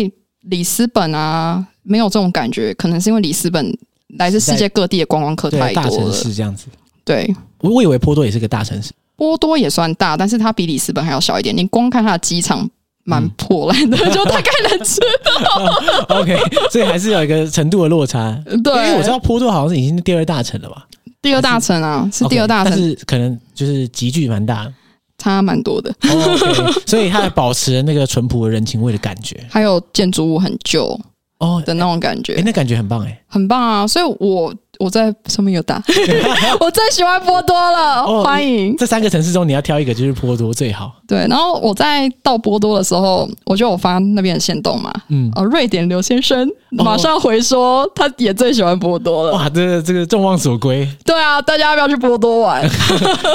Speaker 2: 里斯本啊没有这种感觉，可能是因为里斯本来自世界各地的观光客
Speaker 1: 对
Speaker 2: 太
Speaker 1: 大
Speaker 2: 多
Speaker 1: 城
Speaker 2: 了。
Speaker 1: 市这样子。
Speaker 2: 对，
Speaker 1: 我我以为波多也是个大城市，
Speaker 2: 波多也算大，但是它比里斯本还要小一点。你光看它的机场蛮
Speaker 1: 嗯
Speaker 2: 破
Speaker 1: (laughs)
Speaker 2: 烂的，就大概能吃。
Speaker 1: OK，所以 (laughs) 还是有一个程度的落差。
Speaker 2: 对，
Speaker 1: 因为我知道波多好像是已经是第二大城了吧？
Speaker 2: 第二大城啊，是第二大
Speaker 1: OK，
Speaker 2: 城，
Speaker 1: 但是可能就是集聚蛮大的、 (laughs)
Speaker 2: 差蛮多的。
Speaker 1: 哦 OK，所以它还保持了那个淳朴的人情味的感觉。
Speaker 2: 还有建筑物很旧
Speaker 1: 哦，
Speaker 2: 的那种感觉
Speaker 1: 哎、。那感觉很棒哎、
Speaker 2: 很棒啊！所以我我在上面有
Speaker 1: (laughs)
Speaker 2: 打，我最喜欢波多了，
Speaker 1: 哦
Speaker 2: 欢迎。
Speaker 1: 这三个城市中，你要挑一个就是波多最
Speaker 2: (laughs)
Speaker 1: 好。
Speaker 2: 对，然后我在到波多的时候，我就有发那边的线动嘛。
Speaker 1: 嗯，
Speaker 2: 呃，瑞典刘先生马上回说，他也最喜欢波多了。
Speaker 1: 哇，这个这个众望所归。
Speaker 2: 对啊，大家要不要去波多玩？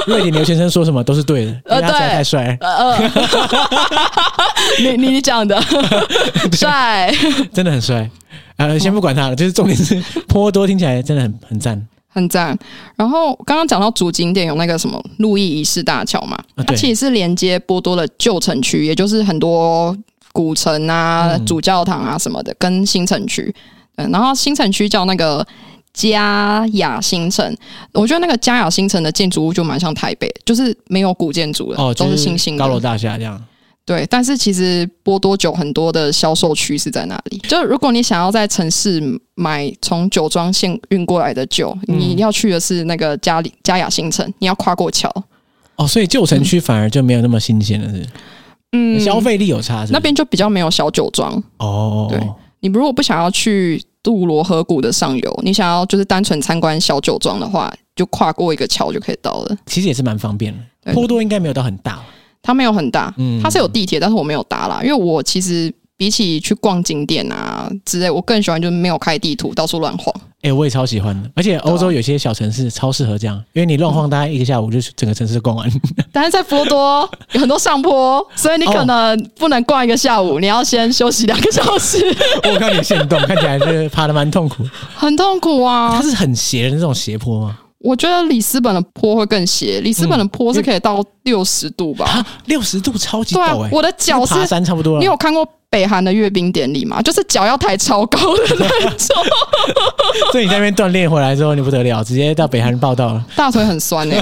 Speaker 1: 瑞典刘先生说什么都是对的，因
Speaker 2: 呃
Speaker 1: 为他实在
Speaker 2: 对
Speaker 1: 太帅了，
Speaker 2: 呃呃，你你你
Speaker 1: (laughs)
Speaker 2: 讲的帅，
Speaker 1: 真的很帅。
Speaker 2: 哦
Speaker 1: 呃，先不管他了，就是重点是波多听起来真的很很赞。
Speaker 2: 很赞。然后刚刚讲到主景点有那个什么路易一世大桥嘛，
Speaker 1: 啊
Speaker 2: 它
Speaker 1: 对
Speaker 2: 其实是连接波多的旧城区，也就是很多古城啊、
Speaker 1: 嗯
Speaker 2: 主教堂啊什么的，跟新城区。嗯，然后新城区叫那个嘉雅新城，我觉得那个嘉雅新城的建筑物就蛮像台北，就是没有古建筑了，
Speaker 1: 哦，
Speaker 2: 都
Speaker 1: 就是
Speaker 2: 新兴
Speaker 1: 高楼
Speaker 2: 的。
Speaker 1: 大厦这样。
Speaker 2: 对，但是其实波多酒很多的销售区是在那里。就如果你想要在城市买从酒庄现运过来的酒，
Speaker 1: 嗯
Speaker 2: 你要去的是那个嘉里嘉雅新城，你要跨过桥。
Speaker 1: 哦，所以旧城区反而就没有那么新鲜了，是不是、
Speaker 2: 嗯，
Speaker 1: 消费力有差是不是
Speaker 2: 那边就比较没有小酒庄。
Speaker 1: 哦，
Speaker 2: 对你如果不想要去杜罗河谷的上游，你想要就是单纯参观小酒庄的话，就跨过一个桥就可以到了。
Speaker 1: 其实也是蛮方便的。
Speaker 2: 对
Speaker 1: 波多应该没有到很大，
Speaker 2: 它没有很大，
Speaker 1: 嗯，
Speaker 2: 它是有地铁，但是我没有搭啦，因为我其实比起去逛景点啊之类，我更喜欢就是没有开地图到处乱晃。
Speaker 1: 哎、我也超喜欢的，而
Speaker 2: 啊
Speaker 1: 且欧洲有些小城市超适合这样，因为你乱晃大概一个下午，就整个城市
Speaker 2: (laughs)
Speaker 1: 逛完。
Speaker 2: 但是在波
Speaker 1: (laughs)
Speaker 2: 多有很多上坡，所以你可能不能逛一个下午，你要先休息两个小时，
Speaker 1: 我看你现动，看起来是爬的蛮痛苦。
Speaker 2: 很痛苦
Speaker 1: 它
Speaker 2: (laughs) 啊。
Speaker 1: 是很斜的那种斜坡吗？
Speaker 2: 我觉得里斯本的坡会更斜，里斯本的坡是可以到六十度吧？
Speaker 1: 啊，六十度超级
Speaker 2: 对啊
Speaker 1: 陡哎、，
Speaker 2: 我的
Speaker 1: 这
Speaker 2: 脚
Speaker 1: 跟
Speaker 2: 是
Speaker 1: 爬山差不多
Speaker 2: 你
Speaker 1: 了。
Speaker 2: 有看过北韩的阅兵典礼吗？就是脚要抬超高的那
Speaker 1: (laughs)
Speaker 2: 种，
Speaker 1: 所以你在那边锻炼回来之后，你不得了，直接到北韩报道
Speaker 2: (laughs)
Speaker 1: 了。
Speaker 2: 大腿很酸哎、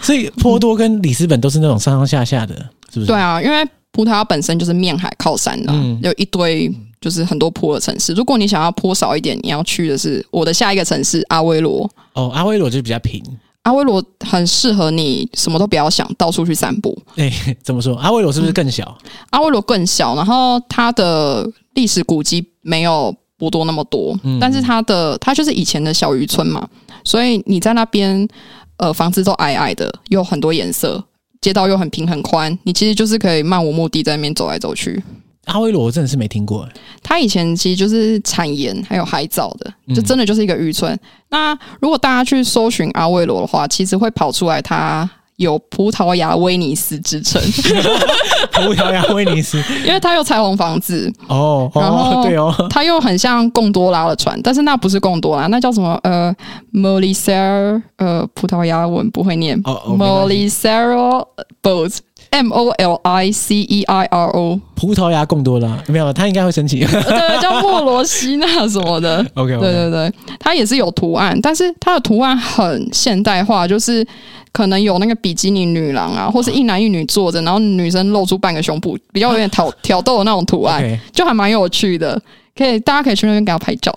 Speaker 1: 所以波多跟里斯本都是那种上上下下的，是不是？
Speaker 2: 对啊，因为葡萄牙本身就是面海靠山的啊、
Speaker 1: 嗯
Speaker 2: 有一堆就是很多坡的城市。如果你想要坡少一点，你要去的是我的下一个城市阿威罗。
Speaker 1: 哦，阿威罗就比较平。 (laughs)
Speaker 2: 阿威罗很适合你什么都不要想，到处去散步。
Speaker 1: 哎、怎么说？阿威罗是不是更小？
Speaker 2: 阿威罗更小，然后它的历史古迹没有波多那么多，
Speaker 1: 嗯
Speaker 2: 但是它的它就是以前的小渔村嘛，所以你在那边呃房子都矮矮的，有很多颜色，街道又很平很宽，你其实就是可以漫无目的在那边走来走去。
Speaker 1: 阿威罗我真的是没听过、 (laughs) 欸
Speaker 2: 它以前其实就是产盐还有海藻的，
Speaker 1: 嗯
Speaker 2: 就真的就是一个渔村。那如果大家去搜寻阿维罗的话，其实会跑出来它。有葡萄牙威尼斯
Speaker 1: (laughs)
Speaker 2: 之称，
Speaker 1: 葡萄牙威尼斯
Speaker 2: 因为它有彩虹房
Speaker 1: (laughs)
Speaker 2: 子，
Speaker 1: 哦
Speaker 2: 然
Speaker 1: 哦
Speaker 2: 后
Speaker 1: 对哦，
Speaker 2: 它又很像贡多拉的船，但是那不是贡多拉，那叫什么？呃 m o l i s e r 呃，葡萄牙文不会念
Speaker 1: 哦哦
Speaker 2: m
Speaker 1: 没
Speaker 2: o
Speaker 1: 关
Speaker 2: l
Speaker 1: 系
Speaker 2: i s e r boat，M O L I C E I R O，呃
Speaker 1: 葡萄牙贡多拉没有，他应该会生气。
Speaker 2: 对，叫莫罗西纳什么的。
Speaker 1: OK
Speaker 2: 对
Speaker 1: OK，
Speaker 2: 对对，它也是有图案，但是它的图案很现代化，就是可能有那个比基尼女郎啊，或是一男一女坐着，然后女生露出半个胸部，比较有点
Speaker 1: (laughs)
Speaker 2: 挑挑逗的那种图案
Speaker 1: OK
Speaker 2: 就还蛮有趣的。可以，大家可以去那边给他拍照。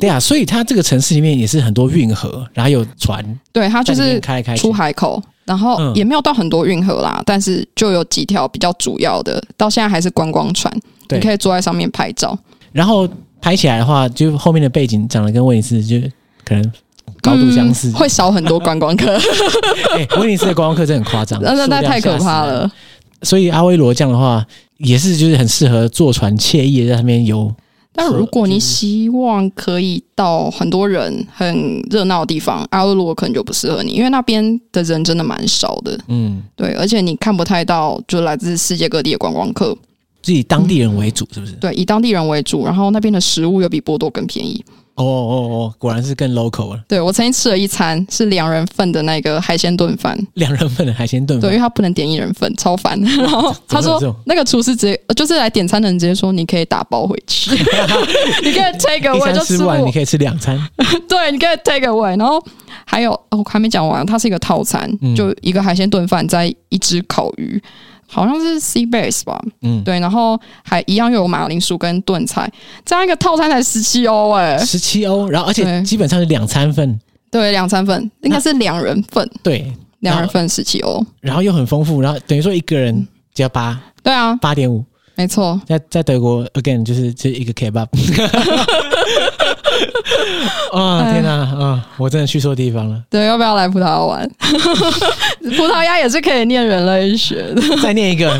Speaker 1: 对啊，所以它这个城市里面也是很多运河，然后有船
Speaker 2: 对，它就
Speaker 1: 在里面
Speaker 2: 是
Speaker 1: 开来开去
Speaker 2: 出。海口，
Speaker 1: 嗯
Speaker 2: 然后也没有到很多运河啦，但是就有几条比较主要的，到现在还是观光船，
Speaker 1: 对
Speaker 2: 你可以坐在上面拍照。
Speaker 1: 然后拍起来的话，就后面的背景长得跟威尼斯就可能高度相似
Speaker 2: 嗯。 (laughs) 会少很多观光
Speaker 1: (laughs)
Speaker 2: 客，
Speaker 1: 哎、威尼斯的观光客真的很夸张，
Speaker 2: (laughs) 那那那
Speaker 1: 数量
Speaker 2: 太可
Speaker 1: 吓死
Speaker 2: 怕
Speaker 1: 人
Speaker 2: 了。。
Speaker 1: 所以阿威罗这样的话，也是就是很适合坐船惬意的在上面游。
Speaker 2: 但如果你希望可以到很多人、很热闹的地方，阿勒罗可能就不适合你，因为那边的人真的蛮少的。
Speaker 1: 嗯，
Speaker 2: 对，而且你看不太到，就来自世界各地的观光客。
Speaker 1: 是以当地人为主，是不是？
Speaker 2: 对，以当地人为主，然后那边的食物又比波多更便宜。
Speaker 1: 哦哦哦，果然是更 local 了，
Speaker 2: 对我曾经吃了一餐是两人份的那个海鲜炖饭，
Speaker 1: 两人份的海鲜炖
Speaker 2: 对，因
Speaker 1: 饭。
Speaker 2: 为他不能点一人份，超烦。然后他
Speaker 1: 怎么会有这种
Speaker 2: 说，那个厨师直接呃就是来点餐的人直接说，你可以打包回去， (laughs) 你可以 take
Speaker 1: (laughs) 一
Speaker 2: away
Speaker 1: 餐
Speaker 2: 就
Speaker 1: 吃
Speaker 2: 吃
Speaker 1: 不完，
Speaker 2: 我
Speaker 1: 你可以吃两餐。
Speaker 2: 对，你可以 take away。然后还有，哦、我还没讲完，它是一个套餐，
Speaker 1: 嗯
Speaker 2: 就一个海鲜炖饭，再一只烤鱼，好像是 sea base 吧，
Speaker 1: 嗯，
Speaker 2: 对，然后还一样又有马铃薯跟炖菜，这样一个套餐才十七欧哎，
Speaker 1: 十七欧，然后而且
Speaker 2: 对
Speaker 1: 基本上是两餐份，
Speaker 2: 对，两餐份应该是两人份，
Speaker 1: 对，
Speaker 2: 两人份十七欧，
Speaker 1: 然后又很丰富，然后等于说一个人只要八
Speaker 2: 对啊，
Speaker 1: 八点五，
Speaker 2: 没错，
Speaker 1: 在在德国 again 就是这一个 kebab。啊、
Speaker 2: 哎
Speaker 1: 天哪啊、我真的去错地方了，
Speaker 2: 对，要不要来葡萄牙玩？ (laughs) 葡萄牙也是可以念人类学的，
Speaker 1: 再念一个，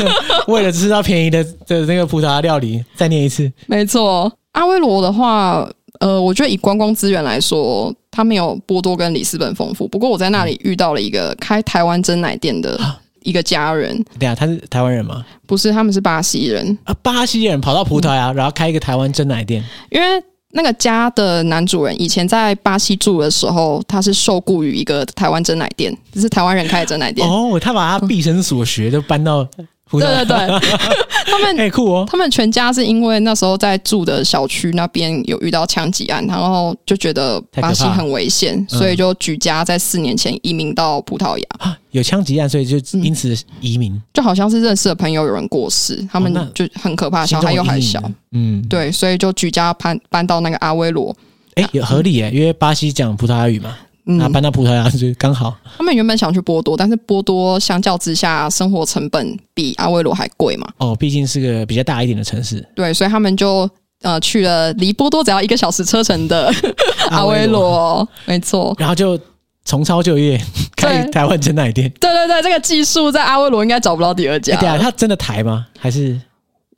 Speaker 1: (laughs) 为了吃到便宜的的那个葡萄牙料理，再念一次。
Speaker 2: 没错。阿威罗的话，呃，我觉得以观光资源来说，它没有波多跟里斯本丰富。不过我在那里遇到了一个开台湾蒸奶店的一个家人，
Speaker 1: 对啊，他是台湾人嘛？
Speaker 2: 不是他们是巴西人，
Speaker 1: 啊，巴西人跑到葡萄
Speaker 2: 嗯
Speaker 1: 牙，然后开一个台湾蒸奶店。
Speaker 2: 因为。那个家的男主人以前在巴西住的时候，他是受雇于一个台湾蒸奶店，这是台湾人开的蒸奶店。
Speaker 1: 哦，他把他毕生所学都搬到葡
Speaker 2: 对
Speaker 1: 萄牙
Speaker 2: 对，对， (laughs) 他们
Speaker 1: 哎、酷哦。
Speaker 2: 他们全家是因为那时候在住的小区那边有遇到枪击案，然后就觉得巴西很危险，
Speaker 1: 怕了
Speaker 2: 所以就举家在四年前移民到葡萄牙。
Speaker 1: 啊有枪击案，所以就
Speaker 2: 嗯
Speaker 1: 因此移民，
Speaker 2: 就好像是认识的朋友有人过世，他们
Speaker 1: 哦那
Speaker 2: 就很可怕，
Speaker 1: 心
Speaker 2: 啊小
Speaker 1: 中
Speaker 2: 孩又
Speaker 1: 有
Speaker 2: 还
Speaker 1: 阴影
Speaker 2: 小
Speaker 1: 了，。嗯，
Speaker 2: 对，所以就举家搬搬到那个阿威罗。
Speaker 1: 哎、也合理耶，因为巴西讲葡萄牙语嘛，
Speaker 2: 嗯
Speaker 1: 那、，搬到葡萄牙就刚好。
Speaker 2: 他们原本想去波多，但是波多相较之下生活成本比阿威罗还贵嘛，
Speaker 1: 哦，毕竟是个比较大一点的城市，
Speaker 2: 对，所以他们就呃去了离波多只要一个小时车程的 (laughs) 阿威罗，没错。
Speaker 1: 然后啊就重操旧业，开台湾蒸奶店。
Speaker 2: 对对对，这个技术在阿威罗应该找不到第二
Speaker 1: 哎、
Speaker 2: 家。
Speaker 1: 对啊，他真的台吗？还是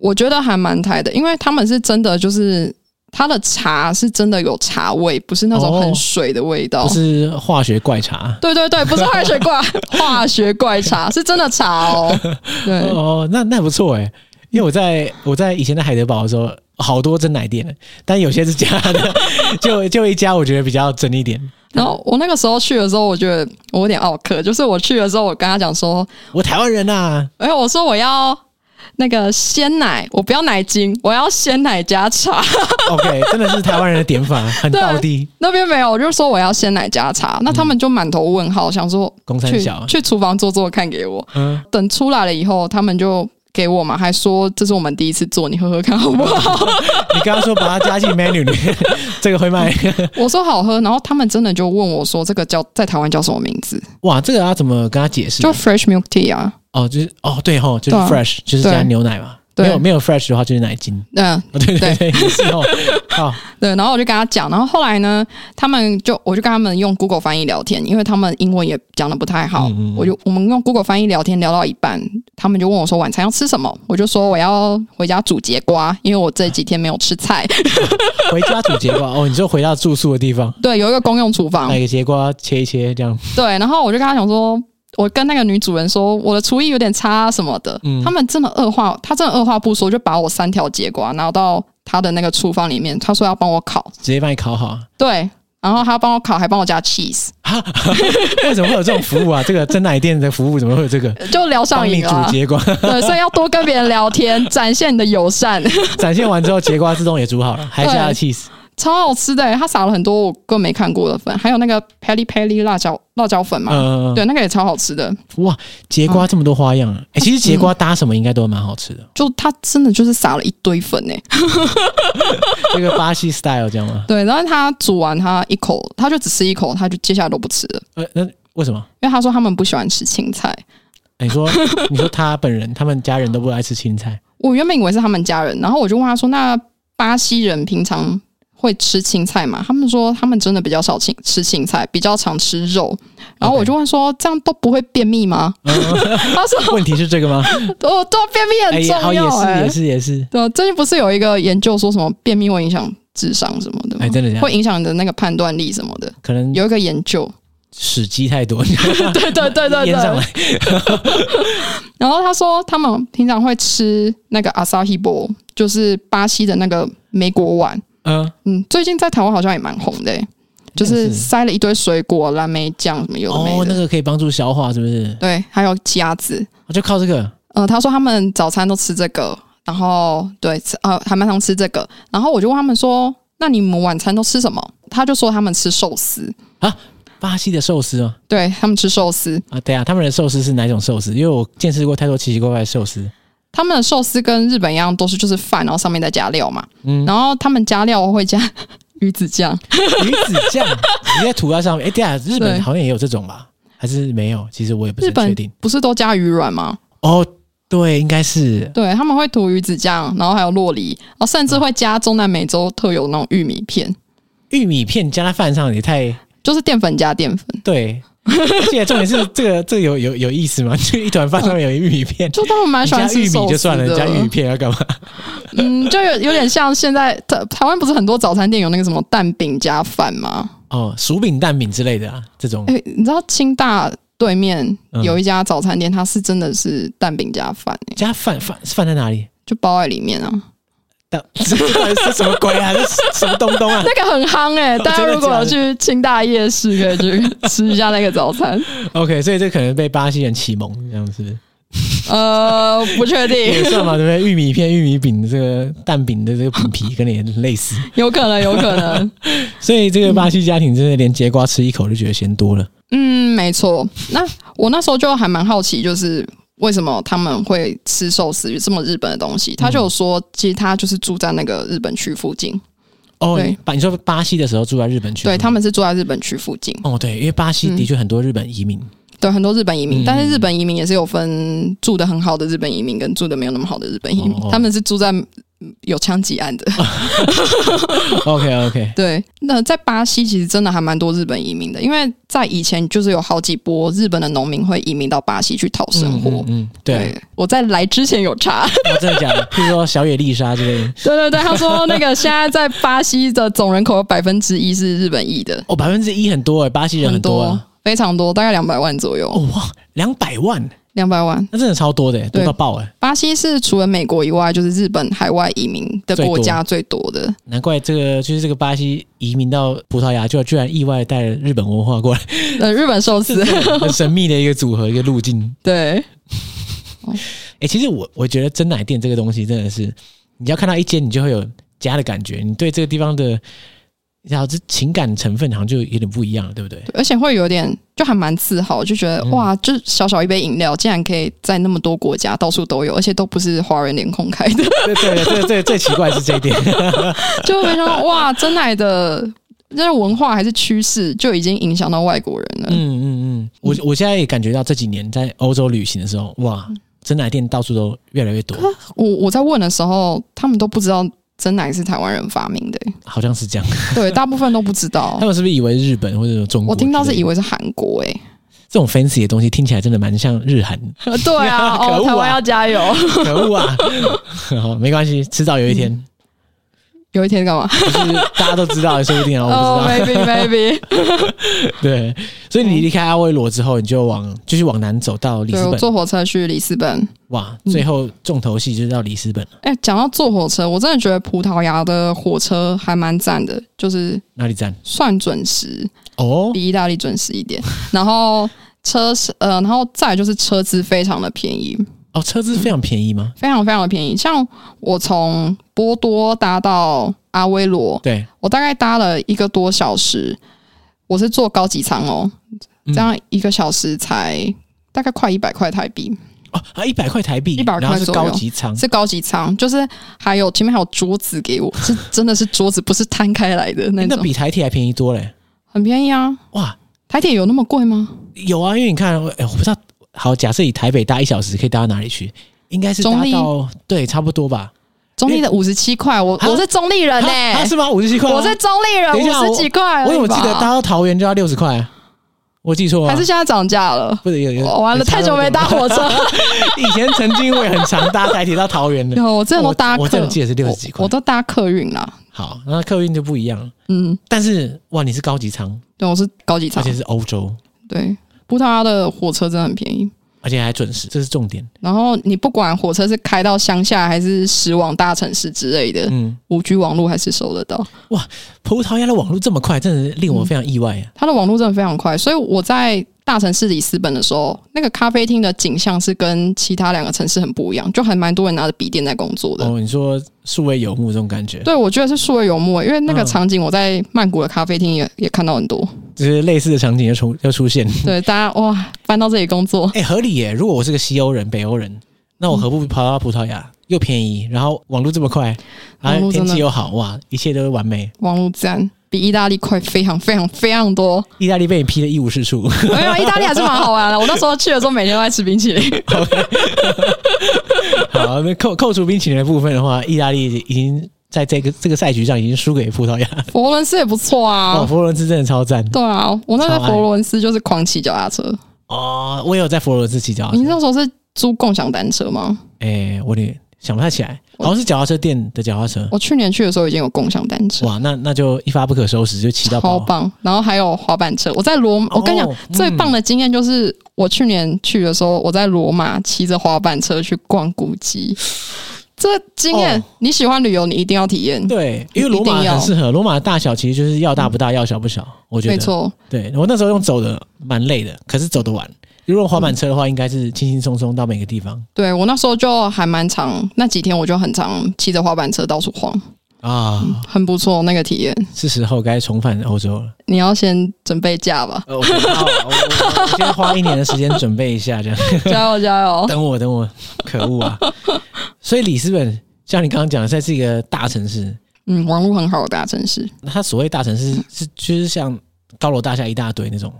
Speaker 2: 我觉得还蛮台的，因为他们是真的就是它的茶是真的有茶味，不是那种
Speaker 1: 哦
Speaker 2: 很水的味道。
Speaker 1: 不是化学怪茶？
Speaker 2: 对对对，不是化学怪 (laughs) 化学怪茶，是真的茶哦。对，
Speaker 1: (laughs) 哦，那那不错哎，因为我在我在以前在海德堡的时候，好多蒸奶店的，但有些是假的， (laughs) 就就一家我觉得比较真一点。
Speaker 2: 然后我那个时候去的时候，我觉得我有点傲客，就是我去的时候，我跟他讲说，
Speaker 1: 我台湾人啊呐、
Speaker 2: 哎，我说我要那个鲜奶，我不要奶精，我要鲜奶加茶。
Speaker 1: o k 真的是台湾人的典范，很
Speaker 2: 对啊
Speaker 1: 道地，
Speaker 2: 那边没有，我就说我要鲜奶加茶，那他们就满头问号，想说
Speaker 1: 公三
Speaker 2: 去
Speaker 1: 小，
Speaker 2: 去厨房做做看给我。
Speaker 1: 嗯，
Speaker 2: 等出来了以后，他们就给我嘛，还说这是我们第一次做，你喝喝看好不好？ (laughs)
Speaker 1: 你刚刚说把它加进 menu 里面， (laughs) 这个会
Speaker 2: (laughs)
Speaker 1: 卖。
Speaker 2: 我说好喝，然后他们真的就问我说这个叫在台湾叫什么名字？
Speaker 1: 哇，这个要怎么跟他解释
Speaker 2: 就？fresh milk tea 啊，
Speaker 1: 哦，就是哦，对吼，就是
Speaker 2: 对啊
Speaker 1: fresh，就是加
Speaker 2: 对
Speaker 1: 牛奶嘛。没有
Speaker 2: 对，
Speaker 1: 没有 fresh 的话就是奶精。 (laughs)
Speaker 2: 嗯，
Speaker 1: 哦，对对对，也是哦。好，
Speaker 2: 对，然后我就跟他讲，然后后来呢，他们就我就跟他们用 Google 翻译聊天，因为他们英文也讲的不太好，
Speaker 1: 嗯嗯嗯
Speaker 2: 我就我们用 Google 翻译聊天聊到一半，他们就问我说晚餐要吃什么，我就说我要回家煮节瓜，因为我这几天没有吃菜。
Speaker 1: 回家煮节瓜哦，你就回到住宿的地方，
Speaker 2: 对，有一个公用厨房
Speaker 1: 买，个节瓜切一切这样。
Speaker 2: 对，然后我就跟他讲说。我跟那个女主人说，我的厨艺有点差啊什么的。
Speaker 1: 嗯
Speaker 2: 他们真的二话，他真的二话不说就把我三条节瓜拿到他的那个厨房里面，他说要帮我烤。
Speaker 1: 直接帮你烤好。
Speaker 2: 对，然后他帮我烤，还帮我加 cheese。
Speaker 1: 为什么会有这种服务啊？这 (laughs) 个真奶店的服务怎么会有这个？
Speaker 2: 就聊上
Speaker 1: 帮你
Speaker 2: 瘾了
Speaker 1: 煮
Speaker 2: 啊。
Speaker 1: 节瓜，
Speaker 2: (laughs) 对，所以要多跟别人聊天，展现你的友善， (laughs)
Speaker 1: 展现完之后，节瓜自动也煮好了，还加了 cheese。
Speaker 2: 超好吃的欸、它撒了很多我更没看过的粉，还有那个 peli peli 辣椒辣椒粉嘛，
Speaker 1: 嗯，
Speaker 2: 对，那个也超好吃的。
Speaker 1: 哇，节
Speaker 2: 嗯
Speaker 1: 瓜这么多花样啊！哎，其实节瓜搭什么应该都蛮好
Speaker 2: (laughs)
Speaker 1: 吃的，
Speaker 2: 就它真的就是撒了一堆粉欸诶、
Speaker 1: 这个巴西 style 这样吗？
Speaker 2: 对，然后他煮完他一口，他就只吃一口，他就接下来都不吃了，
Speaker 1: 呃，那为什么？哎
Speaker 2: 因为他说他们不喜欢吃青菜。
Speaker 1: 你
Speaker 2: (laughs)
Speaker 1: 说，你说他本人、他们家人都不爱吃青菜，
Speaker 2: 我原本以为是他们家人，然后我就问他说：“那巴西人平常会吃青菜吗？”他们说他们真的比较少青吃青菜，比较常吃肉。然后我就问说：“这样都不会便秘吗？”他说
Speaker 1: 问题是这个吗？：“
Speaker 2: 哦，对啊，便秘
Speaker 1: 哎，
Speaker 2: 很
Speaker 1: 好，
Speaker 2: 重
Speaker 1: 也
Speaker 2: 要、欸。
Speaker 1: 是，也是，也是。
Speaker 2: 对啊，最近不是有一个研究说什么便秘会影响智商什么的吗？
Speaker 1: 哎，真的这样，
Speaker 2: 嗯会影响你的那个判断力什么的，
Speaker 1: 可能
Speaker 2: 有一个研究，
Speaker 1: 屎鸡太多，你
Speaker 2: 嗯对对对对
Speaker 1: 淹上
Speaker 2: 对。
Speaker 1: 来。
Speaker 2: 然后他说，他们平常会吃那个 Asahi bowl，就是巴西的那个梅果碗，
Speaker 1: 嗯，
Speaker 2: 嗯，最近在台湾好像也蛮红的欸、就是塞了一堆水果、蓝莓酱什么有的没
Speaker 1: 哦，那
Speaker 2: 的，
Speaker 1: 个可以帮助消化，是不是？
Speaker 2: 对，还有虾子。
Speaker 1: 我就靠这个。
Speaker 2: 呃，他说他们早餐都吃这个，然后对，吃呃，还蛮常吃这个。然后我就问他们说：“那你们晚餐都吃什么？”他就说他们吃寿司，
Speaker 1: 巴西的寿司哦，
Speaker 2: 对他们吃寿司，
Speaker 1: 啊，对啊，他们的寿司是哪种寿司？因为我见识过太多奇奇怪怪的寿司。
Speaker 2: 他们的寿司跟日本一样都是就是饭，然后上面再加料嘛。
Speaker 1: 嗯
Speaker 2: 然后他们加料会加 (laughs) 鱼子酱，
Speaker 1: 鱼子酱直接涂在
Speaker 2: (laughs)
Speaker 1: 上面。哎、对啊，日
Speaker 2: 对
Speaker 1: 本好像也有这种吧？还是没有？其实我也不是
Speaker 2: 日
Speaker 1: 很确
Speaker 2: 本
Speaker 1: 定。
Speaker 2: 不是都加鱼软吗？
Speaker 1: 哦，对，应该是
Speaker 2: 对，他们会涂鱼子酱，然后还有洛梨，然后甚至会加中南美洲特有那种玉米片，
Speaker 1: 玉米片加在饭上也
Speaker 2: (laughs)
Speaker 1: 太
Speaker 2: 就是淀粉加淀粉，
Speaker 1: 对。而且重点是这
Speaker 2: (laughs)
Speaker 1: 个，这个有有有意思吗？就一团饭上面有玉米片，
Speaker 2: 嗯就他们蛮
Speaker 1: 你
Speaker 2: 喜欢
Speaker 1: 加
Speaker 2: 吃
Speaker 1: 玉米
Speaker 2: 寿司
Speaker 1: 就算了，你
Speaker 2: 的。
Speaker 1: 加玉米片要干嘛？
Speaker 2: (laughs) 嗯，就有有点像现在台台湾不是很多早餐店有那个什么蛋饼加饭吗？
Speaker 1: 哦，薯饼、蛋饼之类的啊，这种
Speaker 2: 哎、你知道清大对面
Speaker 1: 嗯
Speaker 2: 有一家早餐店，它是真的是蛋饼加饭、欸，
Speaker 1: 加饭饭饭在哪里？
Speaker 2: 就包在
Speaker 1: (laughs)
Speaker 2: 里面啊，
Speaker 1: 到这到底是什么鬼啊？这是什么东东啊？
Speaker 2: 那个很夯哎、大家
Speaker 1: 真的
Speaker 2: 如果有
Speaker 1: 假
Speaker 2: 去清大夜市，可以去吃一下那个早餐。
Speaker 1: OK，所以这可能被巴西人启蒙，这样是不是？
Speaker 2: 呃，不确
Speaker 1: (laughs) 也
Speaker 2: 定，
Speaker 1: 算嘛，对不对？玉米片、玉米饼的这个蛋饼的这个饼皮，跟你类似，
Speaker 2: 有可能，有可能。
Speaker 1: 所以这个巴西家庭真的连节瓜吃一口就觉得嫌多了。
Speaker 2: (laughs) 嗯，没错。那我那时候就还蛮好奇，就是为什么他们会吃寿司这么日本的东西？他就有说，其实他就是住在那个日本区附近，
Speaker 1: 哦，
Speaker 2: 对
Speaker 1: 你把你说巴西的时候住在日本去，
Speaker 2: 对他们是住嗯在日本区附近，
Speaker 1: 哦，对，因为巴西的确很多日本移 (laughs) 民，
Speaker 2: 对很多日本移民，
Speaker 1: 嗯
Speaker 2: 但是日本移民也是有分住的很好的日本移民跟住的没有那么好的日本移民，
Speaker 1: 哦
Speaker 2: 他们是住在嗯有枪击案的。 (laughs)
Speaker 1: OK OK，
Speaker 2: 对，那在巴西其实真的还蛮多日本移民的，因为在以前就是有好几波日本的农民会移民到巴西去讨生活。
Speaker 1: 嗯，嗯对，
Speaker 2: 我在来之前有
Speaker 1: (laughs)
Speaker 2: 查。
Speaker 1: 哦真的假的？譬如说小野丽莎之类的，
Speaker 2: 对对对，他说那个现在在巴西的总人口有百分之一是日本裔的，
Speaker 1: 哦，百分之一很多哎，巴西人很多啊，
Speaker 2: 非常多，大概两百万左右
Speaker 1: 哦，哇，两百万，
Speaker 2: 两百万。
Speaker 1: 那真的超多的耶，多
Speaker 2: 对
Speaker 1: 到爆哎，
Speaker 2: 巴西是除了美国以外，就是日本海外移民的国家最多的。
Speaker 1: 难怪这个就是这个巴西移民到葡萄牙，就居然意外带了日本文化 (laughs) 过来，
Speaker 2: 呃，日本寿司，
Speaker 1: 很神秘的一个组合，一个路径。
Speaker 2: (laughs) 对
Speaker 1: 哎、其实我我觉得真奶店这个东西真的是，你要看到一间，你就会有家的感觉，你对这个地方的，然后这情感成分好像就有点不一样了，对不对？
Speaker 2: 对，而且会有点就还蛮自豪，就觉得、
Speaker 1: 嗯
Speaker 2: 哇，就是小小一杯饮料，竟然可以在那么多国家到处都有，而且都不是华人联空开的，
Speaker 1: (laughs)
Speaker 2: (laughs)
Speaker 1: 对对对对，最奇怪的是这一 (laughs) 点。
Speaker 2: 就会说哇，真奶的那个文化还是趋势，就已经影响到外国人了。
Speaker 1: 嗯嗯嗯，我我现在也感觉到这几年在欧洲旅行的时候，哇，真奶店到处都越来越多，
Speaker 2: 我我在问的时候，他们都不知道真奶是台湾人发明的、 (laughs) 欸
Speaker 1: 好像是这样。
Speaker 2: 对，大部分都不知道
Speaker 1: 他。们是不是以为日本或者中国
Speaker 2: 我
Speaker 1: 之类的？
Speaker 2: 听到是以为是韩国、欸，
Speaker 1: 这种 fancy 的东西听起来真的蛮像日
Speaker 2: (laughs)
Speaker 1: 韩，
Speaker 2: 哎， (laughs) 对啊，
Speaker 1: 可恶
Speaker 2: 哦，
Speaker 1: 啊
Speaker 2: 台湾要加油。
Speaker 1: 可恶啊！ (laughs) 好，没关系，迟早有一天，
Speaker 2: (laughs) 嗯有一天干嘛？
Speaker 1: 就是大家都知道，说不定啊，我不知道。
Speaker 2: 哦、m a
Speaker 1: (laughs)
Speaker 2: y b e maybe，
Speaker 1: 对，所以你离开阿威罗之后，你就往继续往南走到里
Speaker 2: 对
Speaker 1: 斯
Speaker 2: 我
Speaker 1: 本。
Speaker 2: 坐火嗯车去里斯本。
Speaker 1: 哇，最后重头戏就是到里斯本了，
Speaker 2: 哎、讲到坐火车，我真的觉得葡萄牙的火车还蛮赞的，就是
Speaker 1: 哪里站？
Speaker 2: 算准时，
Speaker 1: 哦，
Speaker 2: 比意大利准时一点。然后车是呃，然后再来就是车资非常的便宜，
Speaker 1: 哦，车资非常便宜吗？
Speaker 2: 非常非常的便宜。像我从波多搭到阿威罗，
Speaker 1: 对，
Speaker 2: 我大概搭了一个多小时，我是坐高级舱哦，
Speaker 1: 嗯
Speaker 2: 这样一个小时才大概快一百块台币，
Speaker 1: 哦啊，一百块台币，
Speaker 2: 100
Speaker 1: 然后是
Speaker 2: 块左
Speaker 1: 高
Speaker 2: 右
Speaker 1: 级舱，
Speaker 2: 是高级舱，就是还有前面还有桌子给我，是真的是桌子，不是摊开来的那
Speaker 1: 诶那
Speaker 2: 种，
Speaker 1: 比台铁还便宜多嘞。
Speaker 2: 很便宜啊。
Speaker 1: 哇，
Speaker 2: 台铁有那么贵吗？
Speaker 1: 有啊，因为你看，哎、我不知道，好，假设以台北搭一小时可以搭到哪里去？应该是搭
Speaker 2: 中立
Speaker 1: 到对，差不多吧。
Speaker 2: 中立的五十七块，我
Speaker 1: 啊
Speaker 2: 我是中立人呢、欸
Speaker 1: 啊啊是吗？五十七块吗？
Speaker 2: 我是中立人，
Speaker 1: 等一
Speaker 2: 五
Speaker 1: 下
Speaker 2: 十几块而已吧，
Speaker 1: 我怎么记得搭到桃园就要六十块啊？我记错了吗？
Speaker 2: 还是现在涨价了？
Speaker 1: 不是 (laughs) 有有、
Speaker 2: 我完
Speaker 1: 有
Speaker 2: 了，
Speaker 1: 差
Speaker 2: 太久
Speaker 1: 那么
Speaker 2: 没
Speaker 1: 多
Speaker 2: 搭火车。
Speaker 1: 以前曾经我也很常搭台铁到桃园
Speaker 2: (laughs)
Speaker 1: 的。
Speaker 2: 有，我真的都搭客，
Speaker 1: 我我真的记得是60几块
Speaker 2: 我我都搭客运啦。
Speaker 1: 好，那客运就不一样了。
Speaker 2: 嗯，
Speaker 1: 但是哇，你是高级舱，
Speaker 2: 对，我是高级
Speaker 1: 而
Speaker 2: 舱
Speaker 1: 且，是欧洲，
Speaker 2: 对，葡萄牙的火车真的很便宜。
Speaker 1: 而且还准时，这是重点。
Speaker 2: 然后你不管火车是开到乡下还是驶往大城市之类的，
Speaker 1: 嗯，
Speaker 2: 五 G 网络还是收得到。
Speaker 1: 葡萄牙的网络这么快，真的是令我非常意外啊！
Speaker 2: 它的网络真的非常快，所以我在大城市里斯本的时候，那个咖啡厅的景象是跟其他两个城市很不一样，就还蛮多人拿着笔电在工作的。
Speaker 1: 哦，你说数位游牧这种感觉，
Speaker 2: 对，我觉得是数位游牧，因为那个
Speaker 1: 嗯
Speaker 2: 场景我在曼谷的咖啡厅也也看到很多。
Speaker 1: 就是类似的场景又出又出现。
Speaker 2: 对，大家哇，搬到这里工作，
Speaker 1: 哎、合理耶！如果我是个西欧人、北欧人，那我何不跑到葡萄牙，又便宜，然后网络这么快，然
Speaker 2: 网
Speaker 1: 后
Speaker 2: 络真
Speaker 1: 天
Speaker 2: 的
Speaker 1: 气又好，哇，一切都完美。
Speaker 2: 网络站比意大利快非常非常非
Speaker 1: (laughs)
Speaker 2: 常多。
Speaker 1: 意大利被你批的一无是处，
Speaker 2: 没有，意大利还是蛮好玩的。我那时候去的时候，每天都在吃冰淇淋。
Speaker 1: 好，那
Speaker 2: (laughs)
Speaker 1: 扣扣除冰淇淋的部分的话，意大利已经在这个这个赛局上已经输给葡萄牙了。
Speaker 2: 佛
Speaker 1: (laughs)
Speaker 2: 罗伦斯也不错啊。
Speaker 1: 哦，佛罗伦斯真的超赞
Speaker 2: 对啊，我那在
Speaker 1: 超爱
Speaker 2: 佛罗伦斯就是狂骑脚踏车。
Speaker 1: 哦！我也有在佛罗伦斯骑脚踏
Speaker 2: 你
Speaker 1: 车，
Speaker 2: 那时候是租共享单车吗？
Speaker 1: 哎、我有点想不太起来，好像是脚踏车店的脚踏车。
Speaker 2: 我去年去的时候已经有共享单车，
Speaker 1: 哇，那那就一发不可收拾，就骑到
Speaker 2: 超
Speaker 1: 爆。
Speaker 2: 棒。然后还有滑板车，我在罗，我跟你讲，
Speaker 1: 哦
Speaker 2: 最棒的经验就是我去年去的时候，我在罗马骑着滑板车去逛古迹。这经验、
Speaker 1: 哦
Speaker 2: 你喜欢旅游，你一定要体验。
Speaker 1: 对，因为罗马
Speaker 2: 一定要嗯
Speaker 1: 很适合，罗马的大小其实就是要大不大，要小不小。我觉得
Speaker 2: 没错，
Speaker 1: 对我那时候用走的蛮累的，可是走得完。如果滑板车的话，应该是轻轻松松到每个地方
Speaker 2: 对我那时候就还蛮常，那几天我就很常骑着滑板车到处晃，嗯
Speaker 1: 啊。
Speaker 2: 很不错那个体验。
Speaker 1: 是时候该重返欧洲了。，
Speaker 2: 你要先准备假吧
Speaker 1: (laughs) 呃，我知道我我我先花一年的时间准备一下，这
Speaker 2: (laughs)
Speaker 1: 样
Speaker 2: 加油加油！
Speaker 1: 等我等我，可恶啊！所以里斯本像你刚刚讲的，它是一个大城市，
Speaker 2: 嗯，网络很好的大城市，
Speaker 1: 它所谓大城市是就是像高楼大厦一大堆那种，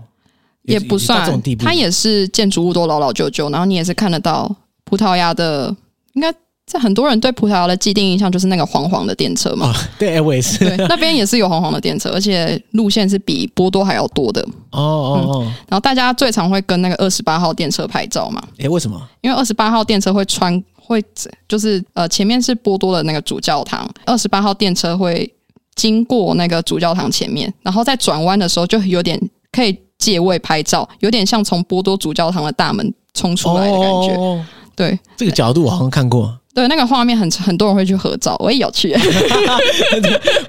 Speaker 2: 也不
Speaker 1: 有这种
Speaker 2: 算
Speaker 1: 地，步，
Speaker 2: 它也是建筑物都老老旧旧，然后你也是看得到葡萄牙的，应该在很多人对葡萄牙的既定印象就是那个黄黄的电车嘛。
Speaker 1: 哦， (laughs) 对，哎我也是，
Speaker 2: 对，那边也是有黄黄的电车，而且路线是比波多还要多的。
Speaker 1: 哦哦哦，
Speaker 2: 然后大家最常会跟那个二十八号电车拍照嘛，
Speaker 1: 哎，为什么？
Speaker 2: 因为二十八号电车会穿会就是呃前面是波多的那个主教堂，二十八号电车会经过那个主教堂前面，然后在转弯的时候就有点可以借位拍照，有点像从波多主教堂的大门冲出来的感觉。
Speaker 1: 哦
Speaker 2: 对
Speaker 1: 这个角度我好像看过，
Speaker 2: 对，那个画面很很多人会去合照，我也有去、 (laughs)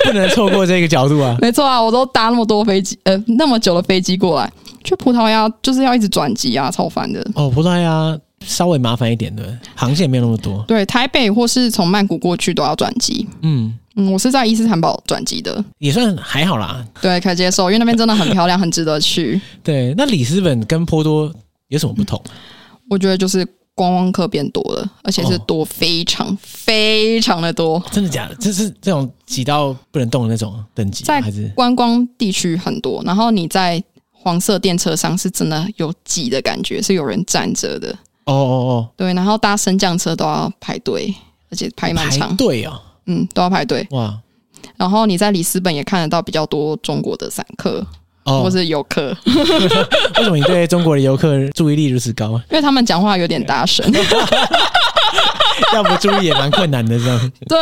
Speaker 1: 不能错过这个角度啊！
Speaker 2: 没错啊，我都搭那么多飞机呃那么久的飞机过来，去葡萄牙就是要一直转机啊，超烦的。
Speaker 1: 哦，葡萄牙稍微麻烦一点的，航线没有那么多。
Speaker 2: 对，台北或是从曼谷过去都要转机。
Speaker 1: 嗯，
Speaker 2: 嗯，我是在伊斯坦堡转机的，
Speaker 1: 也算还好啦。 (laughs)
Speaker 2: 对，可以接受，因为那边真的很漂亮，很值得去。
Speaker 1: 对，那里斯本跟波多有什么不同？
Speaker 2: 我觉得就是观光客变多了，而且是
Speaker 1: 哦
Speaker 2: 多非常非常的多，
Speaker 1: 真的假的？这是这种挤到不能动的那种等级吗，
Speaker 2: 在
Speaker 1: 还是
Speaker 2: 观光地区很多。然后你在黄色电车上是真的有挤的感觉，是有人站着的，
Speaker 1: 哦哦
Speaker 2: 对，然后搭升降车都要排队，而且
Speaker 1: 哦，
Speaker 2: 排蛮
Speaker 1: 排
Speaker 2: 长，
Speaker 1: 队哦，
Speaker 2: 嗯，都要排队。
Speaker 1: 哇，
Speaker 2: 然后你在里斯本也看得到比较多中国的散客、
Speaker 1: 哦
Speaker 2: 或，是游客，
Speaker 1: 为什么你对中国的游客注意力如此高？ (laughs)
Speaker 2: 因为他们讲话有点大声。
Speaker 1: 要不注意也蛮困难的，这样。 (laughs)
Speaker 2: 对，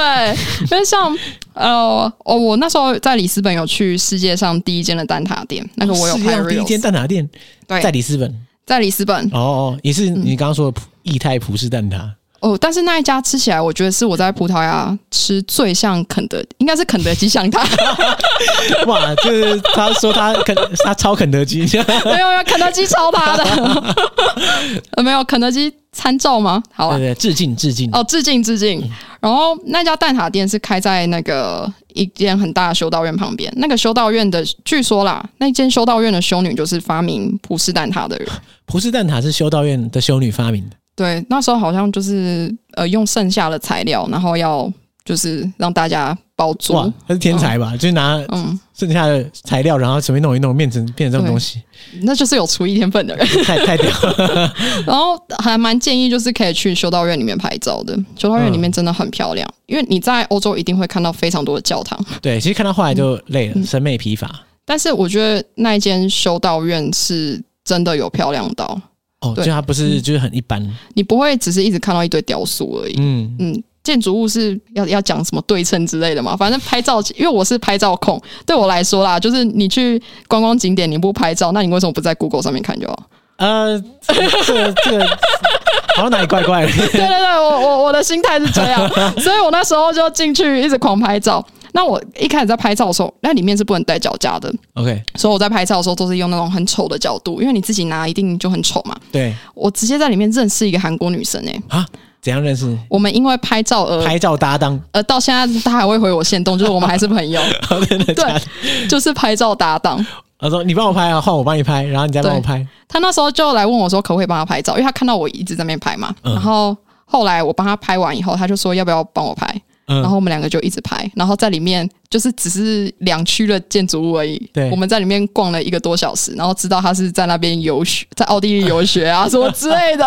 Speaker 2: 因为像呃，哦，我那时候在里斯本有去世界上第一间的蛋挞店，那 (laughs) 个我有
Speaker 1: 哦世界
Speaker 2: 拍
Speaker 1: 上
Speaker 2: r
Speaker 1: 第
Speaker 2: e
Speaker 1: 一间
Speaker 2: e
Speaker 1: 蛋挞店在
Speaker 2: 对，嗯
Speaker 1: 里斯本。
Speaker 2: 在里斯本
Speaker 1: 哦哦，也是你刚刚说的葡意泰葡式蛋挞。 (laughs)
Speaker 2: 哦，但是那一家吃起来，我觉得是我在葡萄牙吃最像肯德，应该是肯德基像
Speaker 1: (laughs)
Speaker 2: 它，
Speaker 1: 哇，就是他说他肯他超肯德基， (laughs) 对
Speaker 2: 没有没有，肯德基超
Speaker 1: (laughs)
Speaker 2: 它的，呃没有肯德基参照吗？好啊，
Speaker 1: 对，嗯致敬致敬。
Speaker 2: 哦，致敬致敬。然后那家蛋挞店是开在那个一间很大的修道院旁边。那个修道院的，据说啦，那间修道院的修女就是发明葡式蛋挞的人。
Speaker 1: 葡式蛋挞是修道院的修女发明的。
Speaker 2: 对，那时候好像就是呃用剩下的材料，然后要就是让大家包
Speaker 1: 哇
Speaker 2: 装。，
Speaker 1: 他是天才吧？就是拿
Speaker 2: 嗯，
Speaker 1: 剩下的材料，然后随便弄一弄，变成变成这种东西，
Speaker 2: 那就是有厨艺天分的人。
Speaker 1: 太太屌了。
Speaker 2: 然后还蛮建议，就是可以去修道院里面拍照的。修道院里面真的很漂亮，因为你在欧洲一定会看到非常多的教堂。
Speaker 1: 对，其实看到后来就
Speaker 2: 嗯
Speaker 1: 累了，审美疲乏。
Speaker 2: 但是我觉得那一间修道院是真的有漂亮到，
Speaker 1: 哦，就
Speaker 2: 对
Speaker 1: 它不是就是很一般。
Speaker 2: 你不会只是一直看到一堆雕塑而已。
Speaker 1: 嗯，
Speaker 2: 嗯，建筑物是要要讲什么对称之类的嘛？反正拍照，因为我是拍照控，对我来说啦，就是你去观光景点你不拍照，那你为什么不在 Google 上面看就好？
Speaker 1: 呃，这个这个好像哪里怪怪的。
Speaker 2: 对对对，我我我的心态是这样， (laughs) 所以我那时候就进去一直狂拍照。那我一开始在拍照的时候，那里面是不能带脚架的，
Speaker 1: OK，
Speaker 2: 所以我在拍照的时候都是用那种很丑的角度，因为你自己拿一定就很丑嘛。
Speaker 1: 对
Speaker 2: 我直接在里面认识一个韩国女生诶、欸
Speaker 1: 啊，怎样认识？
Speaker 2: 我们因为拍照而
Speaker 1: 拍照搭档，
Speaker 2: 呃到现在她还会回我线动，就是我们还是朋友， (laughs) 对，就是拍照搭档。
Speaker 1: 他说你帮我拍啊，换我帮你拍，然后你再帮我拍。
Speaker 2: 她那时候就来问我说可不可以帮她拍照，因为她看到我一直在那边拍嘛。
Speaker 1: 嗯
Speaker 2: 然后后来我帮她拍完以后，她就说要不要帮我拍，然
Speaker 1: 嗯，
Speaker 2: 后我们两个就一直拍，然后在里面就是只是两区的建筑物而已。
Speaker 1: 对
Speaker 2: 我们在里面逛了一个多小时，然后知道她是在那边游学，在奥地利游学
Speaker 1: (laughs)
Speaker 2: 啊什么之类的。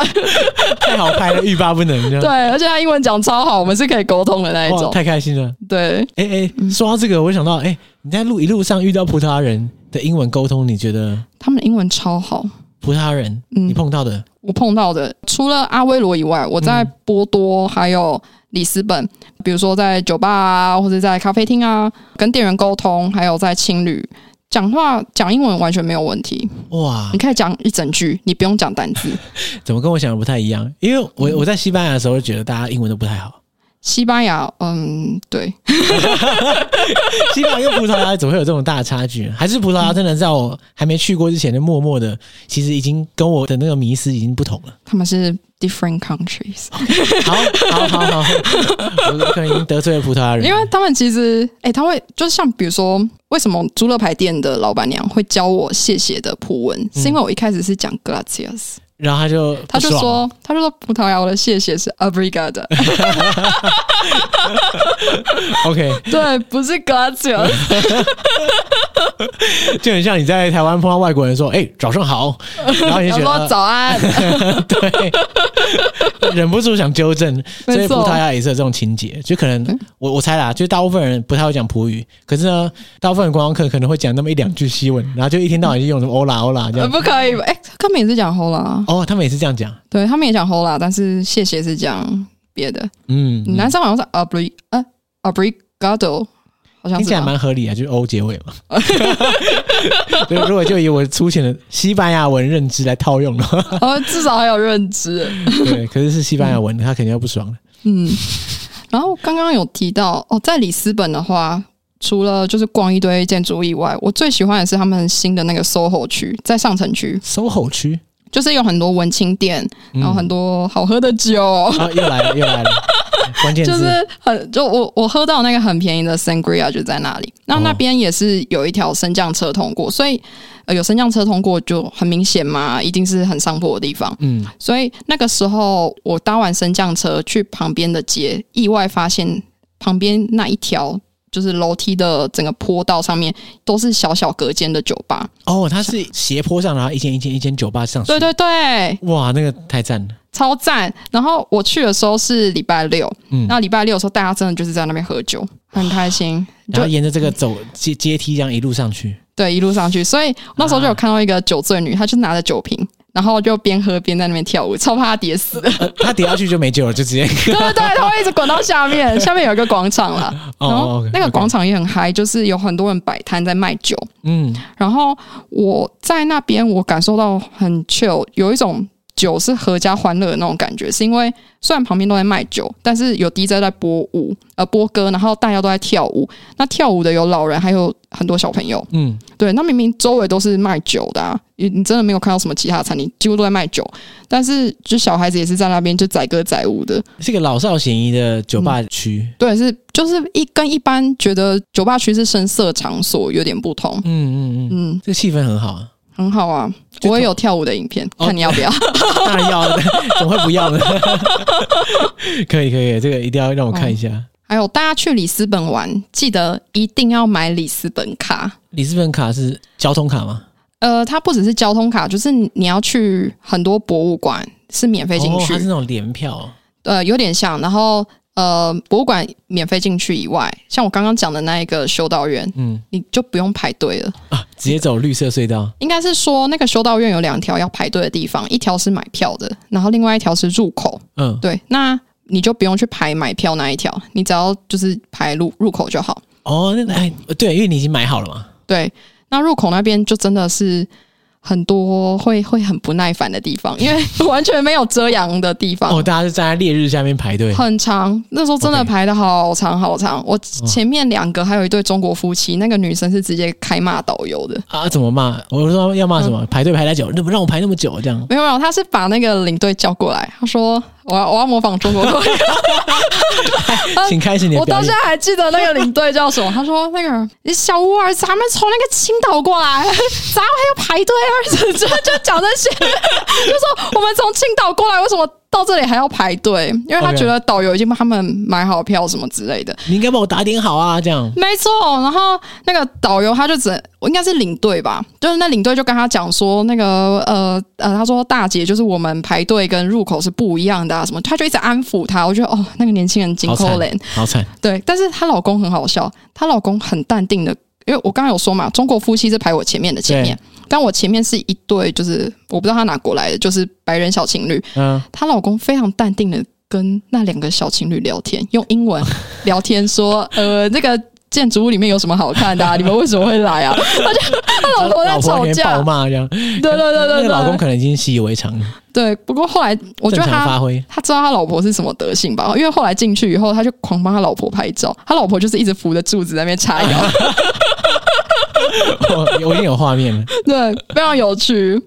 Speaker 1: 太好拍了，欲罢不能。这
Speaker 2: 对
Speaker 1: 样，
Speaker 2: 而且她英文讲超好，我们是可以沟通的那一
Speaker 1: 嗯哇，
Speaker 2: 种。
Speaker 1: 太开心了。
Speaker 2: 对，
Speaker 1: 哎、哎、
Speaker 2: 嗯
Speaker 1: 说到这个，我想到，哎、你在路一路上遇到葡萄牙人的英文沟通，你觉得
Speaker 2: 他们的英文超好。
Speaker 1: 葡萄牙人、
Speaker 2: 嗯
Speaker 1: 你碰到的
Speaker 2: 我碰到的，除了阿威罗以外，我在波多还有里斯本，比如说在酒吧啊，或者在咖啡厅啊，跟店员沟通，还有在青旅讲话讲英文完全没有问题，
Speaker 1: 哇
Speaker 2: 你，可以讲一整句，你不用讲单字。
Speaker 1: 怎么跟我想的不太一样？因为
Speaker 2: 嗯
Speaker 1: 我我在西班牙的时候就觉得大家英文都不太好， (laughs)
Speaker 2: 西班牙，嗯，对，
Speaker 1: 西班牙跟葡萄牙怎么会有这种大的差距？还是葡萄牙真的在我还没去过之前就默默的，其实已经跟我的那个迷思已经不同
Speaker 2: (laughs)
Speaker 1: 了。
Speaker 2: 他们是 different countries，
Speaker 1: 好，好，好，好，我可能已经得罪了葡萄牙人，
Speaker 2: 因为他们其实，哎、他会就是像比如说，为什么猪肋排店的老板娘会教我谢谢的葡文，是因为我一开始是讲 gracias。
Speaker 1: 然后他就
Speaker 2: 他就
Speaker 1: (laughs) 不爽啊
Speaker 2: 说，他就说葡萄牙我的谢谢是
Speaker 1: (laughs)
Speaker 2: abrigada，
Speaker 1: OK，
Speaker 2: 对，不是 gracias，
Speaker 1: 就很像你在台湾碰到外国人说，哎、早上好，然 (laughs) 后你
Speaker 2: 要 (laughs)
Speaker 1: 就觉得。
Speaker 2: 说
Speaker 1: 呃
Speaker 2: 早安，
Speaker 1: 对，忍不住想纠正，所以
Speaker 2: (laughs) 没
Speaker 1: 葡
Speaker 2: 错嗯
Speaker 1: 萄牙也是有这种情节，就可能我我猜啦，就大部分人不太会讲葡语，可是呢，大部分观光客可能会讲那么一两句西文，然后就一天到晚就用什么欧啦欧哦啦这
Speaker 2: 呃
Speaker 1: 样。
Speaker 2: 不可以吧？哎、他们也是讲 hola，
Speaker 1: 哦，他们也是这样讲，
Speaker 2: 对他们也讲 hola，但是谢谢是讲别的，
Speaker 1: 嗯，
Speaker 2: 男生好像是 abri 呃 abrigado，好像
Speaker 1: 听
Speaker 2: 是
Speaker 1: 起来
Speaker 2: 吧
Speaker 1: 蛮合理啊，就是欧结尾嘛。
Speaker 2: (laughs) 哦
Speaker 1: 所以 (laughs) 如果就以我粗浅的西班牙文认知来套用的
Speaker 2: (laughs)
Speaker 1: 话，
Speaker 2: 呃，至少还有认知。
Speaker 1: 对，可是是西班牙文，他肯定要不爽了。
Speaker 2: 嗯，然后刚刚有提到哦，在里斯本的话，除了就是逛一堆建筑以外，我最喜欢的是他们新的那个 SOHO 区，在上城区，
Speaker 1: SOHO 区，
Speaker 2: 就是有很多文青店，
Speaker 1: 嗯
Speaker 2: 然后哦很多好喝的酒。
Speaker 1: 啊，又来了又来了，关键
Speaker 2: 就
Speaker 1: 字
Speaker 2: 是很就我我喝到那个很便宜的 sangria 就在那里，那
Speaker 1: 哦
Speaker 2: 那边也是有一条升降车通过，所以呃有升降车通过就很明显嘛，一定是很上坡的地方。
Speaker 1: 嗯，
Speaker 2: 所以那个时候我搭完升降车去旁边的街，意外发现旁边那一条就是楼梯的整个坡道上面都是小小隔间的酒吧。
Speaker 1: 哦，它是斜坡上，然后一间一间一间酒吧上去。
Speaker 2: 对对对，
Speaker 1: 哇，那个太赞了！
Speaker 2: 超赞。然后我去的时候是礼拜六，
Speaker 1: 嗯
Speaker 2: 那礼拜六的时候大家真的就是在那边喝
Speaker 1: (sighs)
Speaker 2: 酒，很开心，
Speaker 1: 然
Speaker 2: 就
Speaker 1: 后沿着这个走阶阶梯这样一路上去，
Speaker 2: 对一路上去。所以那时候就有看到一个酒醉女，她就拿着酒
Speaker 1: 啊
Speaker 2: 瓶。然后就边喝边在那边跳舞，超怕她
Speaker 1: (laughs)
Speaker 2: 跌死的。
Speaker 1: 呃他跌下去就没救了，就
Speaker 2: (laughs)
Speaker 1: 直接
Speaker 2: 对对对，她会一直滚到下面，下面有一个广场啦。
Speaker 1: (laughs)
Speaker 2: 然
Speaker 1: 哦
Speaker 2: 后
Speaker 1: ，OK，
Speaker 2: 那个
Speaker 1: OK
Speaker 2: 广场也很嗨，就是有很多人摆摊在卖酒。
Speaker 1: 嗯
Speaker 2: 然后我在那边，我感受到很 chill，有一种酒是合家欢乐的那种感觉，是因为虽然旁边都在卖酒，但是有 DJ 在播舞，呃，播歌，然后大家都在跳舞。那跳舞的有老人，还有很多小朋友。
Speaker 1: 嗯，
Speaker 2: 对，那明明周围都是卖酒的、啊，你你真的没有看到什么其他的餐厅，几乎都在卖酒，但是就小孩子也是在那边就载歌载舞的。
Speaker 1: 是个老少咸宜的酒吧区，
Speaker 2: 对，是就是一跟一般觉得酒吧区是声色场所有点不同。
Speaker 1: 嗯嗯嗯，
Speaker 2: 嗯，
Speaker 1: 这个气氛很好，啊，
Speaker 2: 很好啊，
Speaker 1: 就
Speaker 2: 我也有跳舞的影片，
Speaker 1: 哦
Speaker 2: 看你要不要。
Speaker 1: 当然要了， (laughs) 怎么会不要呢？可以可以，这个一定要让我看一下。
Speaker 2: (laughs) 还有大家去里斯本玩，记得一定要买里斯本卡。
Speaker 1: 里斯本卡是交通卡吗？
Speaker 2: 呃，它不只是交通卡，就是你要去很多博物馆是免费进
Speaker 1: 哦，
Speaker 2: 去，
Speaker 1: 它是那种联票哦，
Speaker 2: 呃，有点像。然后呃，博物馆免费进去以外，像我刚刚讲的那一个修道院，
Speaker 1: 嗯
Speaker 2: 你就不用排队了。
Speaker 1: 啊，直接走绿色隧道。
Speaker 2: 应该是说那个修道院有两条要排队的地方，一条是买票的，然后另外一条是入口。
Speaker 1: 嗯，
Speaker 2: 对，那你就不用去排买票那一条，你只要就是排入入口就好。
Speaker 1: 哦，那哎，对，因为你已经买好了嘛。
Speaker 2: 对，那入口那边就真的是很多会会很不耐烦的地方，因为 (laughs) 完全没有遮阳的地方。
Speaker 1: 哦，大家就站在烈日下面排队。
Speaker 2: 很长，那时候真的
Speaker 1: OK 嗯
Speaker 2: 排的好长好长。我前面两个还有一对中国夫妻，那个女生是直接开骂导游的，
Speaker 1: 啊，怎么骂？我说要骂什么？
Speaker 2: 嗯
Speaker 1: 排队排太久，那么让我排那么久这样。
Speaker 2: 没有没有，她是把那个领队叫过来，她说我要我要模仿中国队，
Speaker 1: 请开始你的
Speaker 2: 呃我到
Speaker 1: 表
Speaker 2: 现
Speaker 1: 演。
Speaker 2: 在还记得那个领队叫什么，他说那个你小吴儿子，他们从那个青岛过来， (laughs) 咱们还要排队啊儿子，就就讲这些， (laughs) 就说我们从青岛过来，为什么到这里还要排队？因为他
Speaker 1: OK
Speaker 2: 觉得导游已经帮他们买好票什么之类的。
Speaker 1: 你应该帮我打点好啊，这样。
Speaker 2: 没错，然后那个导游他就只我应该是领队吧，就是那领队就跟他讲说，那个呃呃，他说大姐就是我们排队跟入口是不一样的啊，什么，他就一直安抚他。我觉得哦，那个年轻人紧
Speaker 1: 好
Speaker 2: 扣
Speaker 1: 惨
Speaker 2: 脸，
Speaker 1: 好
Speaker 2: (laughs)
Speaker 1: 惨，
Speaker 2: 对，但是她老公很好笑，她老公很淡定的，因为我刚刚有说嘛，中国夫妻是排我前面的前面，但我前面是一对，就是我不知道他哪国来的，就是白人小情侣，
Speaker 1: 嗯，
Speaker 2: 她老公非常淡定的跟那两个小情侣聊天，用
Speaker 1: (laughs)
Speaker 2: 英文聊天说，呃，那个。建筑物里面有什么好
Speaker 1: (laughs)
Speaker 2: 看的、啊？你们为什么会来啊？他就她老婆在
Speaker 1: 老婆
Speaker 2: 吵
Speaker 1: 那边
Speaker 2: 架
Speaker 1: 暴，骂这样，
Speaker 2: 对对对
Speaker 1: 那
Speaker 2: 对
Speaker 1: 个老公
Speaker 2: 对，
Speaker 1: 可能已经习以为常了，
Speaker 2: 对。不过后来我觉
Speaker 1: 正常
Speaker 2: 得他
Speaker 1: 发
Speaker 2: (laughs)
Speaker 1: 挥。
Speaker 2: 他知道他老婆是什么德性吧？因为后来进去以后，他就狂帮他老婆拍照，他老婆就是一直扶着柱子在那边叉
Speaker 1: (laughs)
Speaker 2: 腰，
Speaker 1: 我我已经有画面了，
Speaker 2: 对，非常有趣。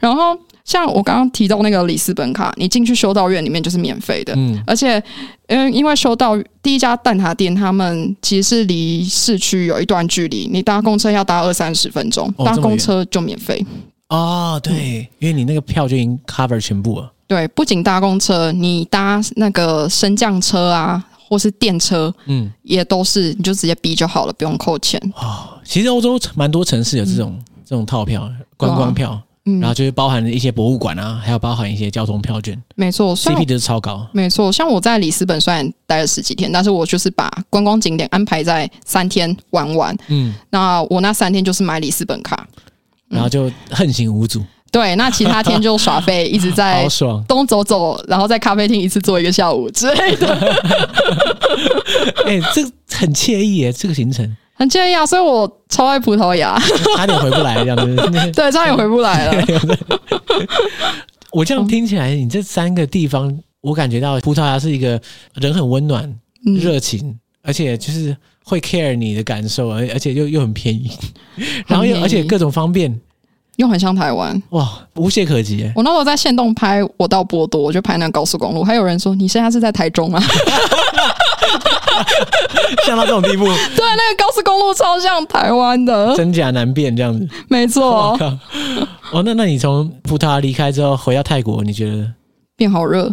Speaker 2: 然后像我刚刚提到那个里斯本卡，你进去修道院里面就是免费的，
Speaker 1: 嗯，
Speaker 2: 而且嗯，因为修道第一家蛋挞店，他们其实是离市区有一段距离，你搭公车要搭二三十分钟，
Speaker 1: 哦
Speaker 2: 搭
Speaker 1: 这么
Speaker 2: 公
Speaker 1: 远
Speaker 2: 车就免费。
Speaker 1: 哦，对，因为你那个票就已经 cover 全部了，
Speaker 2: 对，不仅搭公车，你搭那个升降车啊，或是电车，
Speaker 1: 嗯，
Speaker 2: 也都是你就直接逼就好了，不用扣钱。
Speaker 1: 哦，其实欧洲蛮多城市有这种、这种套票、观光票，
Speaker 2: 嗯
Speaker 1: 然，后就是包含一些博物馆啊，还有包含一些交通票券
Speaker 2: 没错，虽然
Speaker 1: ，CP 值超高。
Speaker 2: 没错，像我在里斯本虽然待了十几天，但是我就是把观光景点安排在三天玩完。
Speaker 1: 嗯，
Speaker 2: 那我那三天就是买里斯本卡，
Speaker 1: 然后就横行无阻，
Speaker 2: 对，那其他天就耍废，一直在
Speaker 1: 好爽！
Speaker 2: 东走走，然后在咖啡厅一次坐一个下午之类的，
Speaker 1: 哎、这很惬意耶，这个行程 (laughs)
Speaker 2: 很惬意啊。所以我超爱葡萄牙，
Speaker 1: 差点回不来这样子。 (laughs)
Speaker 2: 对，差点回不来了。
Speaker 1: 我这样听起来，你这三个地方，我感觉到葡萄牙是一个人很温暖、
Speaker 2: 嗯，
Speaker 1: 热情，而且就是会 care 你的感受，而而且又又很便宜， (laughs) 然后又
Speaker 2: 便宜
Speaker 1: 而且各种方便，
Speaker 2: 又很像台湾。
Speaker 1: 哇，无懈可击耶。
Speaker 2: 我那时候在县洞拍，我到波多，我就拍那个高速公路，还有人说你现在是在台中吗？
Speaker 1: 像到这种
Speaker 2: (laughs)
Speaker 1: 地步，
Speaker 2: 对，那个高速公路超像台湾的，
Speaker 1: 真假难辨这样子。
Speaker 2: 没
Speaker 1: 我
Speaker 2: 错，
Speaker 1: 靠！哦，那那你从葡萄牙离开之后回到泰国，你觉得？ (laughs)
Speaker 2: 变好热。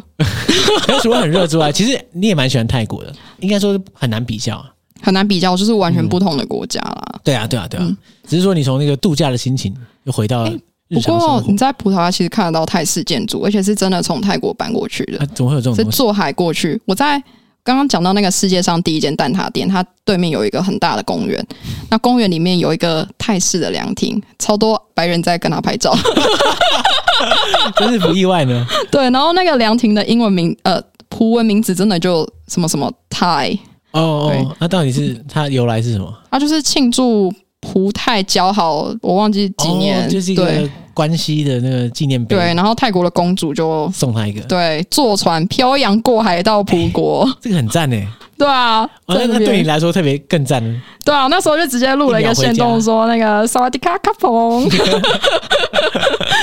Speaker 1: 可是除了很热之外，其实你也蛮喜欢泰国的，应该说很难比较啊。
Speaker 2: 很难比较，就是完全不同的国家啦。
Speaker 1: 对啊，对啊，对啊。
Speaker 2: 嗯
Speaker 1: 只是说你从那个度假的心情又回到
Speaker 2: 哎
Speaker 1: 嗯日
Speaker 2: 不
Speaker 1: 常生
Speaker 2: 过
Speaker 1: 活
Speaker 2: 你在葡萄牙其实看得到泰式建筑，而且是真的从泰国搬过去的
Speaker 1: 啊，，怎么会有这种
Speaker 2: 是
Speaker 1: 东西？
Speaker 2: 坐海过去。我在刚刚讲到那个世界上第一间蛋挞店，它对面有一个很大的公园，那公园里面有一个泰式的凉亭，超多白人在跟他拍照。 (laughs)
Speaker 1: (laughs) 真是不意外呢。
Speaker 2: 对，然后那个凉亭的英文名呃葡文名字真的就什么什么泰，
Speaker 1: 哦哦
Speaker 2: 对，
Speaker 1: 那到底是它由来是什么？
Speaker 2: 它就是庆祝葡泰交好，我忘记几年，
Speaker 1: 哦、就是一
Speaker 2: 对
Speaker 1: 个关西的那个纪念碑，
Speaker 2: 对，然后泰国的公主就。
Speaker 1: 送他一个，
Speaker 2: 对，坐船漂洋过海到葡国， (laughs)
Speaker 1: 这个很赞诶。
Speaker 2: 对啊，
Speaker 1: 哦，那
Speaker 2: 在
Speaker 1: 那
Speaker 2: 那
Speaker 1: 对你
Speaker 2: 边
Speaker 1: 来说特别更赞，
Speaker 2: 对啊，那时候就直接录了一个线动，说那个萨瓦迪卡卡
Speaker 1: (laughs)
Speaker 2: 蓬，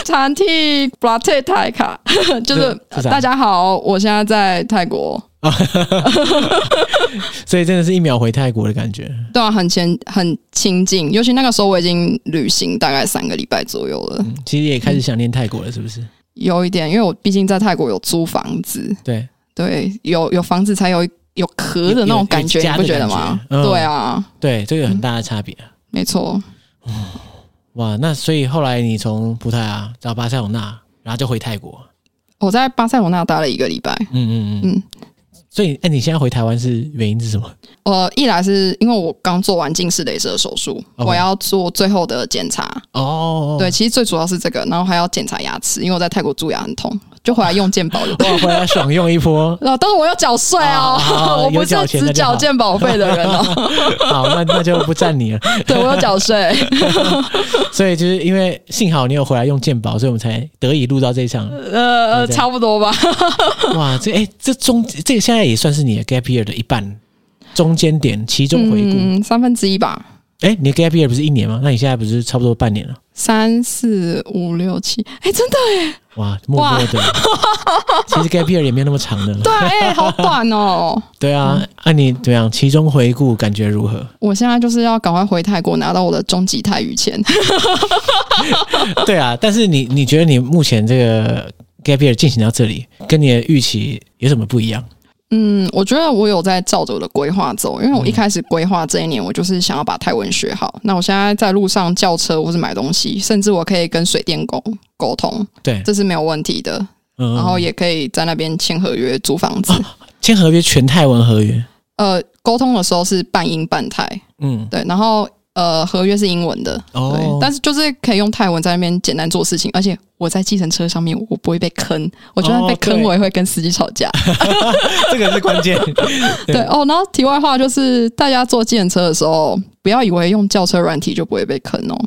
Speaker 2: 长替布拉特泰卡， (laughs) 就是
Speaker 1: 对是啥
Speaker 2: 大家好，我现在在泰国，
Speaker 1: 所以真的是一秒回泰国的感觉。
Speaker 2: 对啊，很亲很亲近，尤其那个时候我已经旅行大概三个礼拜左右了，
Speaker 1: 嗯其实也开始想念泰国了，是不是？
Speaker 2: 有一点，因为我毕竟在泰国有租房子，
Speaker 1: 对，
Speaker 2: 对，有有房子才有有壳的那种感觉，
Speaker 1: 有有
Speaker 2: 你不觉得吗？
Speaker 1: 有家的感觉嗯
Speaker 2: 对啊，
Speaker 1: 对，这个有很大的差别、啊。
Speaker 2: 没错，嗯
Speaker 1: 哇，那所以后来你从葡萄牙到巴塞罗那，然后就回泰国。
Speaker 2: 我在巴塞罗那待了一个礼拜，
Speaker 1: 嗯嗯嗯。
Speaker 2: 嗯
Speaker 1: 所以，哎、你现在回台湾是原因是什么？
Speaker 2: 呃，一来是因为我刚做完近视雷射手术
Speaker 1: OK
Speaker 2: 我要做最后的检查。
Speaker 1: 哦，
Speaker 2: 对，其实最主要是这个，然后还要检查牙齿，因为我在泰国蛀牙很痛，就回来用健保就对。
Speaker 1: 哇，回来爽用一
Speaker 2: (laughs)。
Speaker 1: 波
Speaker 2: 然后，但是我要缴税哦，
Speaker 1: 啊
Speaker 2: 我不
Speaker 1: 有缴
Speaker 2: 是
Speaker 1: 钱
Speaker 2: 只
Speaker 1: 的就好
Speaker 2: 缴健保费的人哦。
Speaker 1: 好，那那就不赞你了。
Speaker 2: 对，我有缴税。
Speaker 1: 所以就是因为幸好你有回来用鉴宝，所以我们才得以录到这一场。
Speaker 2: 呃，
Speaker 1: 对
Speaker 2: 呃
Speaker 1: 对
Speaker 2: 差不多吧。
Speaker 1: 哇，这哎、这中这个现在也算是你的 gap year 的一半中间点，其中回顾。哎、
Speaker 2: 嗯，三分之一吧，
Speaker 1: 你的 gap year 不是一年吗？那你现在不是差不多半年了？
Speaker 2: 三四五六七，哎，真的
Speaker 1: 哇，默默的， (laughs) 其实 gap year 也没有那么长的。
Speaker 2: 对，哎，好短哦。
Speaker 1: 对啊，那、你怎么样？其中回顾感觉如何？
Speaker 2: 我现在就是要赶快回泰国拿到我的终极泰语 (laughs) 签。
Speaker 1: 对啊，但是你你觉得你目前这个 gap year 进行到这里，跟你的预期有什么不一样？
Speaker 2: 嗯，我觉得我有在照着我的规划走，因为我一开始规划这一年，我就是想要把泰文学好。那我现在在路上叫车或是买东西，甚至我可以跟水电工沟 (laughs) 通，
Speaker 1: 对，
Speaker 2: 这是没有问题的。
Speaker 1: 嗯，
Speaker 2: 然后也可以在那边签合约租房子。
Speaker 1: 签合约全泰文合约，
Speaker 2: 呃，沟通的时候是半英半泰，
Speaker 1: 嗯，
Speaker 2: 对，然后呃，合约是英文的，对，
Speaker 1: 哦，
Speaker 2: 但是就是可以用泰文在那边简单做事情，而且我在计程车上面我不会被坑，我就算被
Speaker 1: 哦对
Speaker 2: 坑我也会跟司机吵
Speaker 1: (laughs)
Speaker 2: 架。
Speaker 1: 这个是 (laughs) 关键。对
Speaker 2: 对哦，然后题外话就是，大家坐计程车的时候，不要以为用轿车软体就不会被坑哦。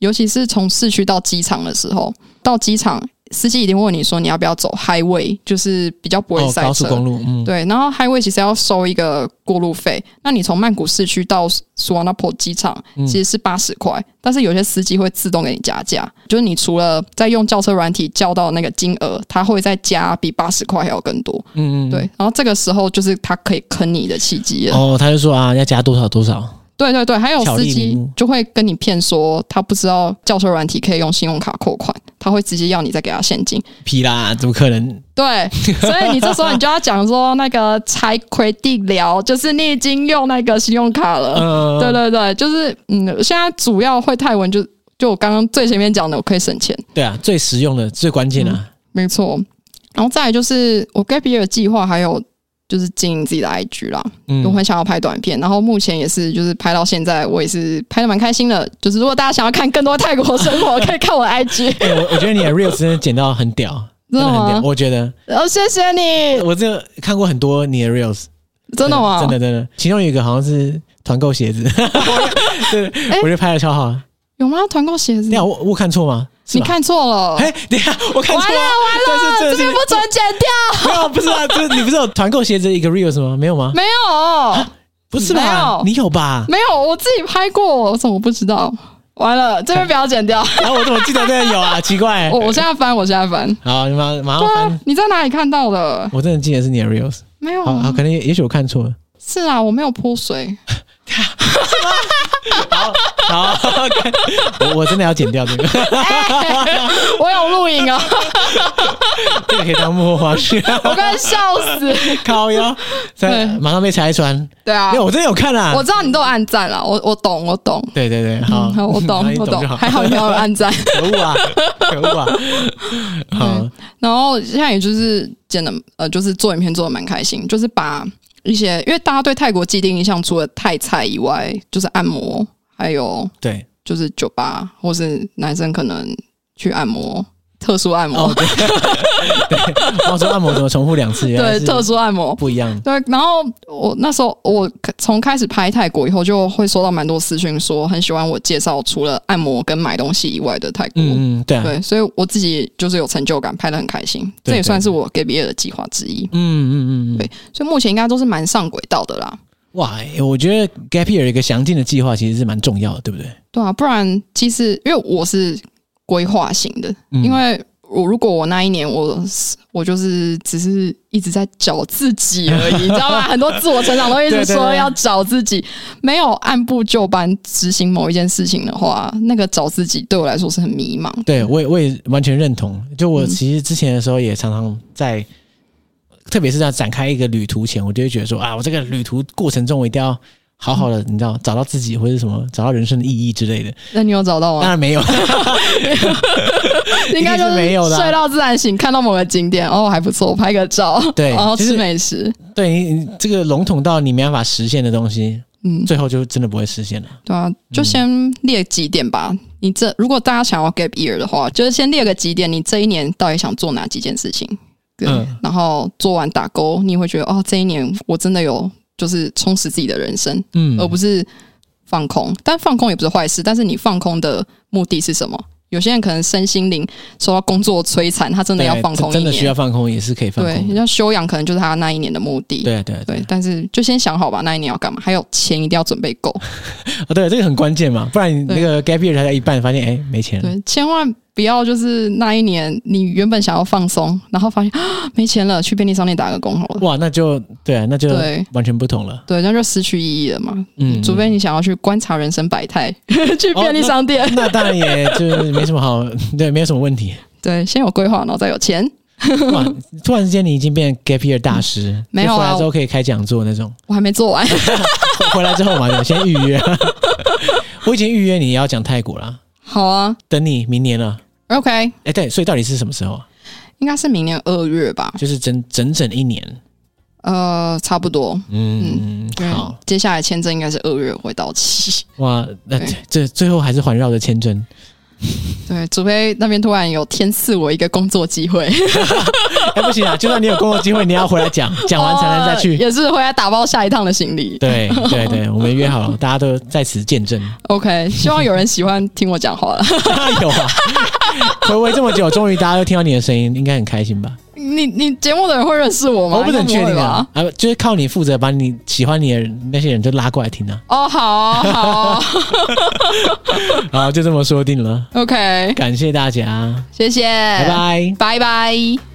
Speaker 2: 尤其是从市区到机场的时候，到机场司机一定会问你说你要不要走 highway，就是比较不会
Speaker 1: 哦，
Speaker 2: 塞
Speaker 1: 高速
Speaker 2: 车。
Speaker 1: 公路，嗯，
Speaker 2: 对，然后 highway 其实要收一个过路费，那你从曼谷市区到苏瓦纳坡机场
Speaker 1: 嗯
Speaker 2: 其实是八十块，但是有些司机会自动给你加价，就是你除了在用轿车软体叫到那个金额，他会再加比八十块还要更多。
Speaker 1: 嗯嗯，嗯
Speaker 2: 对，。然后这个时候就是他可以坑你的契机了。
Speaker 1: 哦，他就说啊，要加多少多少，
Speaker 2: 对对对，还有
Speaker 1: 巧立
Speaker 2: 司
Speaker 1: 名
Speaker 2: 机
Speaker 1: 目
Speaker 2: 就会跟你骗说他不知道轿车软体可以用信用卡扣款，他会直接要你再给他现金。
Speaker 1: 屁啦，怎么可能？
Speaker 2: 对，所以你这时候你就要讲说那个财亏地聊，就是你已经用那个信用卡了。
Speaker 1: 呃，
Speaker 2: 对对对，就是嗯，现在主要会泰文就就我刚刚最前面讲的，我可以省钱。
Speaker 1: 对啊，最实用的、最关键啊，
Speaker 2: 没错。然后再来就是我 gap year 的计划，还有就是经营自己的 IG 啦。
Speaker 1: 嗯
Speaker 2: 我，很想要拍短片，然后目前也是就是拍到现在，我也是拍的蛮开心的。就是如果大家想要看更多泰国生活，可以看我
Speaker 1: (laughs)
Speaker 2: 的 IG。
Speaker 1: 哎我我觉得你的 reels 真的剪到很屌，
Speaker 2: (laughs) 真的
Speaker 1: 很
Speaker 2: 吗
Speaker 1: 屌，我觉得哎
Speaker 2: 哦，谢谢你，
Speaker 1: 我这看过很多你的 reels，
Speaker 2: 真的吗？
Speaker 1: 真的真的，其中有一个好像是团购鞋
Speaker 2: (laughs)
Speaker 1: 子，对，
Speaker 2: 哎
Speaker 1: 我就拍的超好。
Speaker 2: 有吗？团购鞋子
Speaker 1: 等一，下我我看错吗？是
Speaker 2: 你
Speaker 1: 吧？
Speaker 2: 看错了，
Speaker 1: 哎，等一下我看错
Speaker 2: 完了
Speaker 1: 了，但
Speaker 2: 这
Speaker 1: 是真
Speaker 2: 边
Speaker 1: 的
Speaker 2: 不准剪掉，
Speaker 1: 是没有，不是啊，这你不是有团购鞋子一个 reels 吗？没有吗？
Speaker 2: (laughs) 没有，
Speaker 1: 不是吧？
Speaker 2: 没有
Speaker 1: 你有吧？
Speaker 2: 没有，我自己拍过，我怎么不知道？完了，这边不要剪
Speaker 1: (laughs)
Speaker 2: 掉。
Speaker 1: 然后我怎么记得真的有啊？奇怪
Speaker 2: 我，我现在翻，我现在翻。
Speaker 1: 好，你马马上
Speaker 2: 对
Speaker 1: 翻
Speaker 2: 啊。，你在哪里看到的？
Speaker 1: 我真的记得是你的 reels，
Speaker 2: 没有
Speaker 1: 好
Speaker 2: 啊，
Speaker 1: 好，可能也也许我看错了。
Speaker 2: 是啊，我没有泼水。
Speaker 1: 好，我我真的要剪掉这个，
Speaker 2: 我有录影啊，
Speaker 1: 这个可以当幕后花絮。
Speaker 2: 我快笑死。
Speaker 1: 靠腰，在
Speaker 2: 对
Speaker 1: 马上被拆穿。
Speaker 2: 对啊
Speaker 1: 没，有，我真的有看啊
Speaker 2: 我。知道你都有暗赞了，我我懂，我懂。
Speaker 1: 对对对，好，
Speaker 2: 嗯，好，我
Speaker 1: (laughs) 好
Speaker 2: 懂
Speaker 1: 你，
Speaker 2: 我
Speaker 1: 懂就好
Speaker 2: 还好你有暗赞。
Speaker 1: 可恶啊，可恶啊！好，
Speaker 2: 然后现在也就是剪的，呃，就是做影片做的蛮开心，就是把一些因为大家对泰国既定印象，除了泰菜以外，就是按摩，还有
Speaker 1: 对，
Speaker 2: 就是酒吧，或是男生可能去按摩，特殊按摩，
Speaker 1: 哦，对，对，我说按摩怎么重复两次？原来
Speaker 2: 对，
Speaker 1: 是
Speaker 2: 特殊按摩。
Speaker 1: 不一样。
Speaker 2: 对，然后我那时候我从开始拍泰国以后，就会收到蛮多私讯，说很喜欢我介绍除了按摩跟买东西以外的泰国。
Speaker 1: 嗯嗯，对啊，
Speaker 2: 对，所以我自己就是有成就感，拍的很开心，
Speaker 1: 对
Speaker 2: 这也
Speaker 1: 对
Speaker 2: 算是我给毕业的计划之一。
Speaker 1: 嗯嗯嗯嗯，
Speaker 2: 对，所以目前应该都是蛮上轨道的啦。
Speaker 1: 哇，欸我觉得 Gap Year 有一个详尽的计划其实是蛮重要的，对不对？
Speaker 2: 对啊，不然其实因为我是规划型的，
Speaker 1: 嗯
Speaker 2: 因为我如果我那一年我是我就是只是一直在找自己而
Speaker 1: (laughs)
Speaker 2: 已，你知道吗？很多自我成长都一
Speaker 1: 对
Speaker 2: 直
Speaker 1: 对
Speaker 2: 说
Speaker 1: 对
Speaker 2: 要找自己，没有按部就班执行某一件事情的话，那个找自己对我来说是很迷茫。
Speaker 1: 对，我也我也完全认同。就
Speaker 2: 嗯
Speaker 1: 我其实之前的时候也常常在，特别是在展开一个旅途前，我就会觉得说啊，我这个旅途过程中我一定要好好的，
Speaker 2: 嗯
Speaker 1: 你知道，找到自己或者是什么，找到人生的意义之类的。
Speaker 2: 那你有找到
Speaker 1: 当
Speaker 2: 吗？
Speaker 1: 然没有，
Speaker 2: (laughs) 应该就
Speaker 1: 一定是没有的啊
Speaker 2: 睡到自然醒，看到某个景点，哦，还不错，拍个照，
Speaker 1: 对
Speaker 2: 然后
Speaker 1: 其实
Speaker 2: 吃美食，
Speaker 1: (laughs) 对你你这个笼统到你没办法实现的东西，
Speaker 2: 嗯，
Speaker 1: 最后就真的不会实现了。
Speaker 2: 对啊，
Speaker 1: 嗯
Speaker 2: 就先列几点吧。你这如果大家想要 gap year 的话，就是先列个几点，你这一年到底想做哪几件事情？对，
Speaker 1: 嗯
Speaker 2: 然后做完打勾，你会觉得哦，这一年我真的有就是充实自己的人生，
Speaker 1: 嗯
Speaker 2: 哦而不是放空。但放空也不是坏事，但是你放空的目的是什么？有些人可能身心灵受到工作摧残，他真的要
Speaker 1: 对
Speaker 2: 放空一
Speaker 1: 真
Speaker 2: 年，
Speaker 1: 的需要放空，也是可以放
Speaker 2: 对，
Speaker 1: 空的。
Speaker 2: 要修养可能就是他那一年的目的。
Speaker 1: 对啊对对
Speaker 2: 对，但是就先想好吧，那一年要干嘛？还有钱一定要准备够。
Speaker 1: 啊，对，这个很关键嘛，不然你那个 gap year 才在一半，发现哎没钱了，
Speaker 2: 对，千万不要就是那一年你原本想要放松，然后发现啊没钱了，去便利商店打个工好了。
Speaker 1: 哇，那就对啊，那就
Speaker 2: 对
Speaker 1: 完全不同了。
Speaker 2: 对，那就失去意义了嘛。
Speaker 1: 嗯
Speaker 2: 除非你想要去观察人生百态， (laughs) 去便利商店。
Speaker 1: 哦那当然也就是没什么好，对，没有什么问题。
Speaker 2: 对，先有规划，然后再有钱。
Speaker 1: 哇，突然之间你已经变 gap year 大师，
Speaker 2: 没有啊
Speaker 1: 就回来之后可以开讲座那种。
Speaker 2: 我还没做
Speaker 1: (laughs)
Speaker 2: 完，
Speaker 1: 回来之后嘛，我先预约。 (laughs) 我已经预约你要讲泰国啦，
Speaker 2: 好啊
Speaker 1: 等你明年了。
Speaker 2: ，OK，
Speaker 1: 哎、对，所以到底是什么时候啊？
Speaker 2: 应该是明年二月吧，
Speaker 1: 就是整整整一年。
Speaker 2: 呃，差不多。
Speaker 1: 嗯，
Speaker 2: 因为
Speaker 1: 好
Speaker 2: 接下来签证应该是二月会到期， (laughs)
Speaker 1: 哇，那
Speaker 2: 对
Speaker 1: 这这最后还是环绕着签证。
Speaker 2: 对，除非那边突然有天赐我一个工作机会，
Speaker 1: 哎、不行啊，就算你有工作机会，你也要回来讲，讲完才能再
Speaker 2: 哦
Speaker 1: 去。
Speaker 2: (laughs) 也是回来打包下一趟的行李。
Speaker 1: 对对对，我们约好了，大家都在此见 (laughs) 证。
Speaker 2: OK，希望有人喜欢听我
Speaker 1: (laughs)
Speaker 2: 讲话了。
Speaker 1: 有啊，回味这么久，终于大家都听到你的声音，应该很开心吧？
Speaker 2: 你你节目的人会认识我吗？
Speaker 1: (laughs) 我不是很确
Speaker 2: 应该
Speaker 1: 定
Speaker 2: 会吧
Speaker 1: 啊。，啊，就是靠你负责把你喜欢你的人那些人就拉过来听啊，
Speaker 2: 哦，好啊好啊
Speaker 1: (laughs) 好，就这么说定了，
Speaker 2: ，OK，
Speaker 1: 感谢大家，
Speaker 2: 谢谢，
Speaker 1: 拜拜。
Speaker 2: 拜拜。